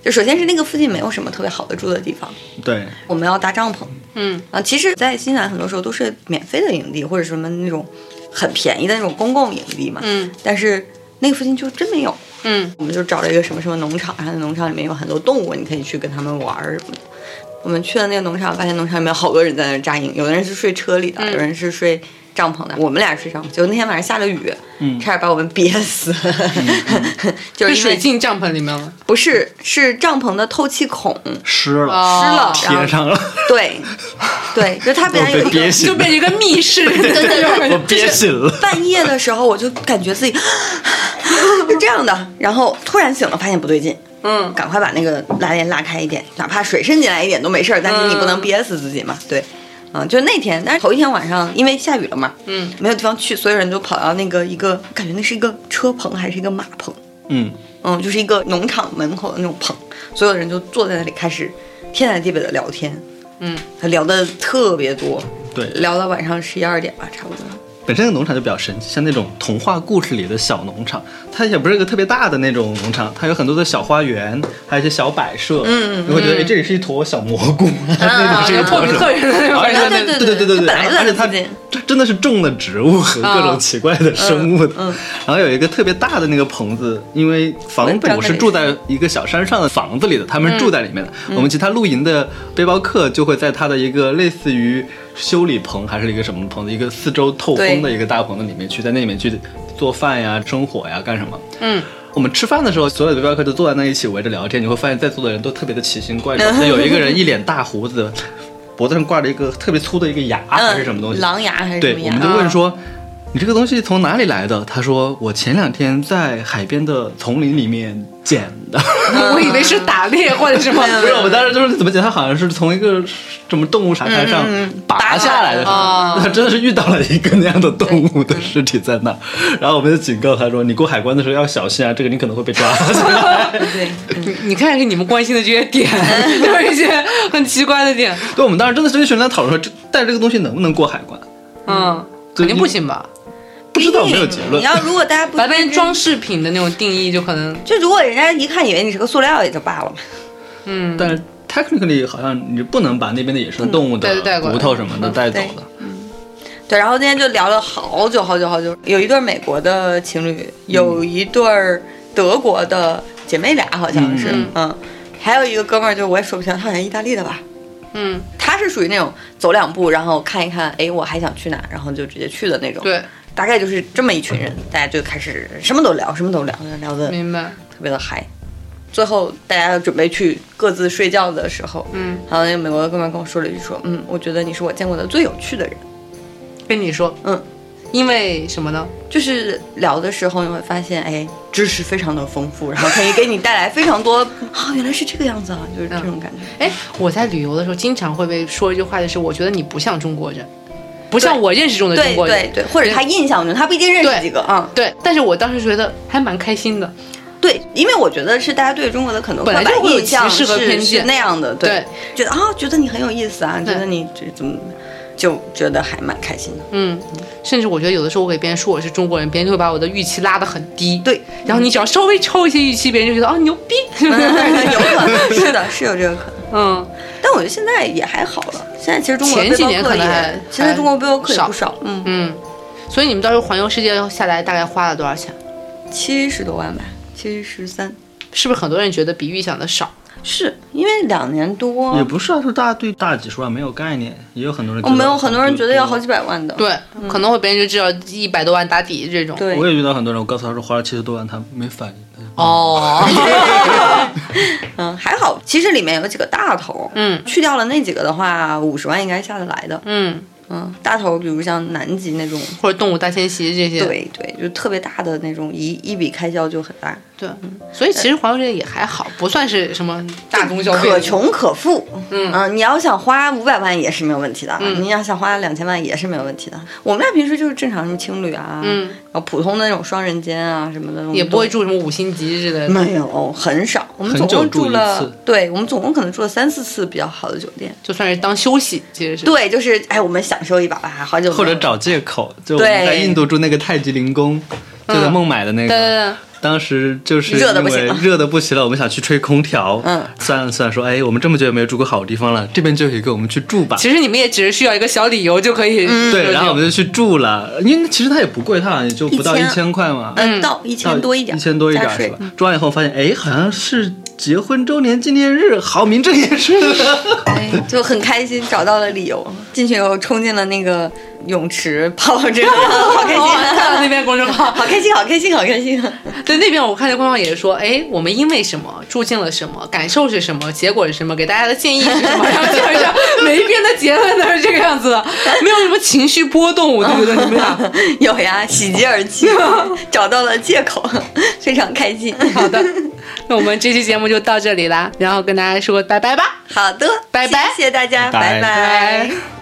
S3: 就首先是那个附近没有什么特别好的住的地方，
S2: 对，
S3: 我们要搭帐篷。
S1: 嗯
S3: 啊，其实，在新西兰很多时候都是免费的营地，或者什么那种很便宜的那种公共营地嘛。
S1: 嗯，
S3: 但是那个附近就真没有。
S1: 嗯，
S3: 我们就找了一个什么什么农场，然后那农场里面有很多动物，你可以去跟它们玩儿什么的。我们去了那个农场，发现农场里面有好多人在那儿扎营，有的人是睡车里的，
S2: 嗯
S3: 有人是睡帐篷的，我们俩是睡帐篷。结果那天晚上下了雨，
S2: 嗯
S3: 差点把我们憋死， (laughs) 就是是因
S1: 水
S3: 为
S1: 进帐篷里面了。
S3: 不是是帐篷的透气孔湿
S2: 湿了，
S1: 哦
S3: 了，然后
S2: 贴上了，
S3: 对
S2: (laughs)
S3: 对，就它本来有一
S2: 我被憋
S3: 个
S2: 死
S1: 就变成一个密室，对 (laughs)
S3: 对
S2: 我憋醒了。
S3: 半夜的时候，我就感觉自己 (gasps) 是这样的，然后突然醒了，发现不对劲，
S1: 嗯，
S3: 赶快把那个拉链拉开一点，哪怕水渗进来一点都没事儿，但是你不
S1: 嗯
S3: 能憋死自己嘛。对，嗯，就那天，但是头一天晚上因为下雨了嘛，
S1: 嗯，
S3: 没有地方去，所有人都跑到那个一个，感觉那是一个车棚还是一个马棚，
S2: 嗯，
S3: 嗯，就是一个农场门口的那种棚，所有的人就坐在那里开始天南地北的聊天，
S1: 嗯，
S3: 聊的特别多，
S2: 对，
S3: 聊到晚上十一二点吧，差不多。
S2: 本身那个农场就比较神奇，像那种童话故事里的小农场，它也不是一个特别大的那种农场，它有很多的小花园，还有一些小摆设。嗯，你会觉得哎，这里是一坨小蘑菇，那里是一
S1: 就
S2: 坨
S1: 透
S2: 什
S1: 明
S2: 么
S1: 客人的那种
S2: 而
S1: 感觉。
S2: 且它
S3: 对对
S2: 对
S3: 对
S2: 对对，
S3: 它本来就在
S2: 而且它
S3: 附近
S2: 这真的是种的植物和各种奇怪的生物的。然后有一个特别大的那个棚子，因为房主是住在一个小山上的房子里的，他们是住在里面的。我们其他露营的背包客就会在他的一个类似于修理棚还是一个什么棚子，一个四周透风的一个大棚子里面去，在那里面去做饭呀、生火呀、干什么。
S1: 嗯，
S2: 我们吃饭的时候，所有的背包客都坐在那一起围着聊天，你会发现在座的人都特别的奇形怪状，有一个人一脸大胡子，脖子上挂着一个特别粗的一个牙啊还是什么东西，
S3: 嗯狼牙还是什
S2: 对
S3: 么，
S2: 我
S3: 牙
S2: 们？就问说。你这个东西从哪里来的？他说我前两天在海边的丛林里面捡的。 (laughs)
S1: 我以为是打猎或者什么。
S2: 不是，我们当时就是怎么讲，他好像是从一个什么动物沙滩上嗯拔下来的，
S1: 拔下
S2: 哦
S1: 来
S2: (laughs) 他真的是遇到了一个那样的动物的尸体在那儿，然后我们就警告他说，你过海关的时候要小心啊，这个你可能会被抓 (laughs) 起来。
S3: 对，
S1: 你你看看你们关心的这些点，都是一些很奇怪的点。
S2: 对，我们当时真的是跟学生在讨论说，这带这个东西能不能过海关？
S1: 嗯，
S2: 对
S1: 肯定不行吧？
S2: 不知道有没有结
S3: 你
S2: 论。
S3: 要如果大家不
S1: 白班装饰品的那种定义就可能，
S3: 就如果人家一看以为你是个塑料也就罢了嘛。
S1: (laughs) 嗯，
S2: 但是 technically 好像你不能把那边的野生动物
S3: 嗯
S1: 对对带
S2: 的
S1: 过来
S2: 骨头什么的带走
S3: 对
S2: 的。
S3: 对，然后那天就聊了好久好久好久。有一对美国的情侣，有一对儿德国的姐妹俩，好像是，
S1: 嗯
S3: 嗯还有一个哥们儿，就我也说不清，他好像意大利的吧，
S1: 嗯，
S3: 他是属于那种走两步，然后看一看，哎，我还想去哪，然后就直接去的那种。
S1: 对，
S3: 大概就是这么一群
S1: 嗯
S3: 人，大家就开始什么都聊，什么都聊，聊的
S1: 明白。
S3: 特别的嗨。最后大家准备去各自睡觉的时候，
S1: 嗯，
S3: 然后那个美国的哥们儿跟我说了一句说，嗯，我觉得你是我见过的最有趣的人。
S1: 跟你说，
S3: 嗯，
S1: 因为什么呢？
S3: 就是聊的时候你会发现，哎，知识非常的丰富，然后可以给你带来非常多。 (laughs) 哦，原来是这个样子啊，就是这种感觉。
S1: 哎，我在旅游的时候经常会被说一句话，就是我觉得你不像中国人，不像我认识中的中
S3: 对
S1: 国人。
S3: 对对，或者他印象中他不一定认识几个啊、
S1: 对，但是我当时觉得还蛮开心的。
S3: 嗯对，因为我觉得是大家对中国的可能
S1: 本来
S3: 刻
S1: 就
S3: 板
S1: 会有
S3: 印象
S1: 歧视
S3: 是
S1: 和偏见
S3: 是那样的，对，觉得啊、觉得你很有意思啊，觉
S1: 对
S3: 得你这怎么就觉得还蛮开心
S1: (laughs)
S3: 的。 (laughs)
S1: 嗯，甚至我觉得有的时候我给别人说我是中国人，别人就会把我的预期拉得很低。
S3: 对，
S1: 然后你只要稍微超一些预期，别人就觉得啊牛逼。
S3: 有可能是的，是有这个可能。
S1: 嗯，
S3: 但我觉得现在也还好了，现在其实中国
S1: 前几年
S3: 背包客
S1: 可能
S3: 也
S1: 还
S3: 现在中国背包客也
S1: 还
S3: 不少，嗯，
S1: 嗯，所以你们到时候环游世界下来大概花了多少钱？嗯
S3: 七十多万吧，七十三，
S1: 是不是很多人觉得比预想的少？
S3: 是因为两年多
S4: 也，不是啊，就大家对大几十万没有概念，也有很多人
S3: 我
S4: 觉得
S3: 们哦有很多人觉得要好几百万的，
S1: 对，嗯可能会别人就知道一百多万打底这种。
S3: 对
S4: 我也遇到很多人，我告诉他说花了七十多万，他没反应。
S1: (laughs) 哦，
S3: 嗯，还好，其实里面有几个大头，
S1: 嗯
S3: 去掉了那几个的话，五十万应该下得来的，
S1: 嗯，
S3: 嗯，大头比如像南极那种，
S1: 或者动物大迁徙这些。
S3: 对对，就特别大的那种，一一笔开销就很大，
S1: 对，嗯所以其实环游世界也还好，不算是什么大宗消费。
S3: 可穷可富，
S1: 嗯
S3: 你要想花五百万也是没有问题的，
S1: 嗯
S3: 你要想花两千万也是没有问题的。我们俩平时就是正常什么情侣啊，
S1: 嗯
S3: 然后普通的那种双人间啊什么的，我们
S1: 也
S3: 都
S1: 不会住什么五星级之类的。
S3: 没有，很少。我们
S4: 很
S3: 总
S4: 久
S3: 共
S4: 住一
S3: 了
S4: 次，
S3: 对我们总共可能住了三四次比较好的酒店。
S1: 就算是当休息，其实是。
S3: 对，就是哎，我们享受一把吧，好久没有
S4: 或者找借口，就我们
S3: 对嗯
S4: 在印度住那个太极凌宫，就在孟买的那
S1: 对对
S4: 个，
S1: 对，
S4: 当时就是
S3: 热得
S4: 因
S3: 不行
S4: 为
S3: 了
S4: 热的不行了，我们想去吹空调，
S3: 嗯
S4: 算了算了，说哎，我们这么久也没有住过好地方了，这边就有一个，我们去住吧。
S1: 其实你们也只是需要一个小理由就可以。
S4: 对，然后我们就去住了，因为其实它也不贵，它好像也就不到
S3: 一
S4: 一
S3: 千
S4: 千块嘛，
S3: 嗯到一千多一点，
S4: 一千多一点
S3: 加
S4: 是
S3: 税
S4: 吧？住完以后发现，哎，好像是结婚周年纪念日，好，明正也
S3: (laughs)
S4: 是。
S3: 哎，就很开心，找到了理由。进去以后冲进了那个泳池，泡泡这个，好开
S1: (laughs)
S3: 心
S1: 哦看到
S3: 啊，
S4: (laughs)
S1: 那边公众号，
S3: 好开心，好开心，好开心啊。 (laughs)
S1: 对那边我看见公众号也是说，哎，我们因为什么住进了什么，感受是什么，结果是什么，给大家的建议是什
S4: (laughs)
S1: 么，然后基本上每一篇的结论都是这个样子的，没有什么情绪波动，对不对？你们俩。
S4: (laughs)
S3: 有呀，喜极而泣，找到了借口，非常开心。
S1: 好的，那我们这期节目就到这里啦，然后跟大家说拜拜吧。
S3: 好的，
S1: 拜拜
S3: 谢谢大家，
S4: 拜
S3: 拜
S1: 拜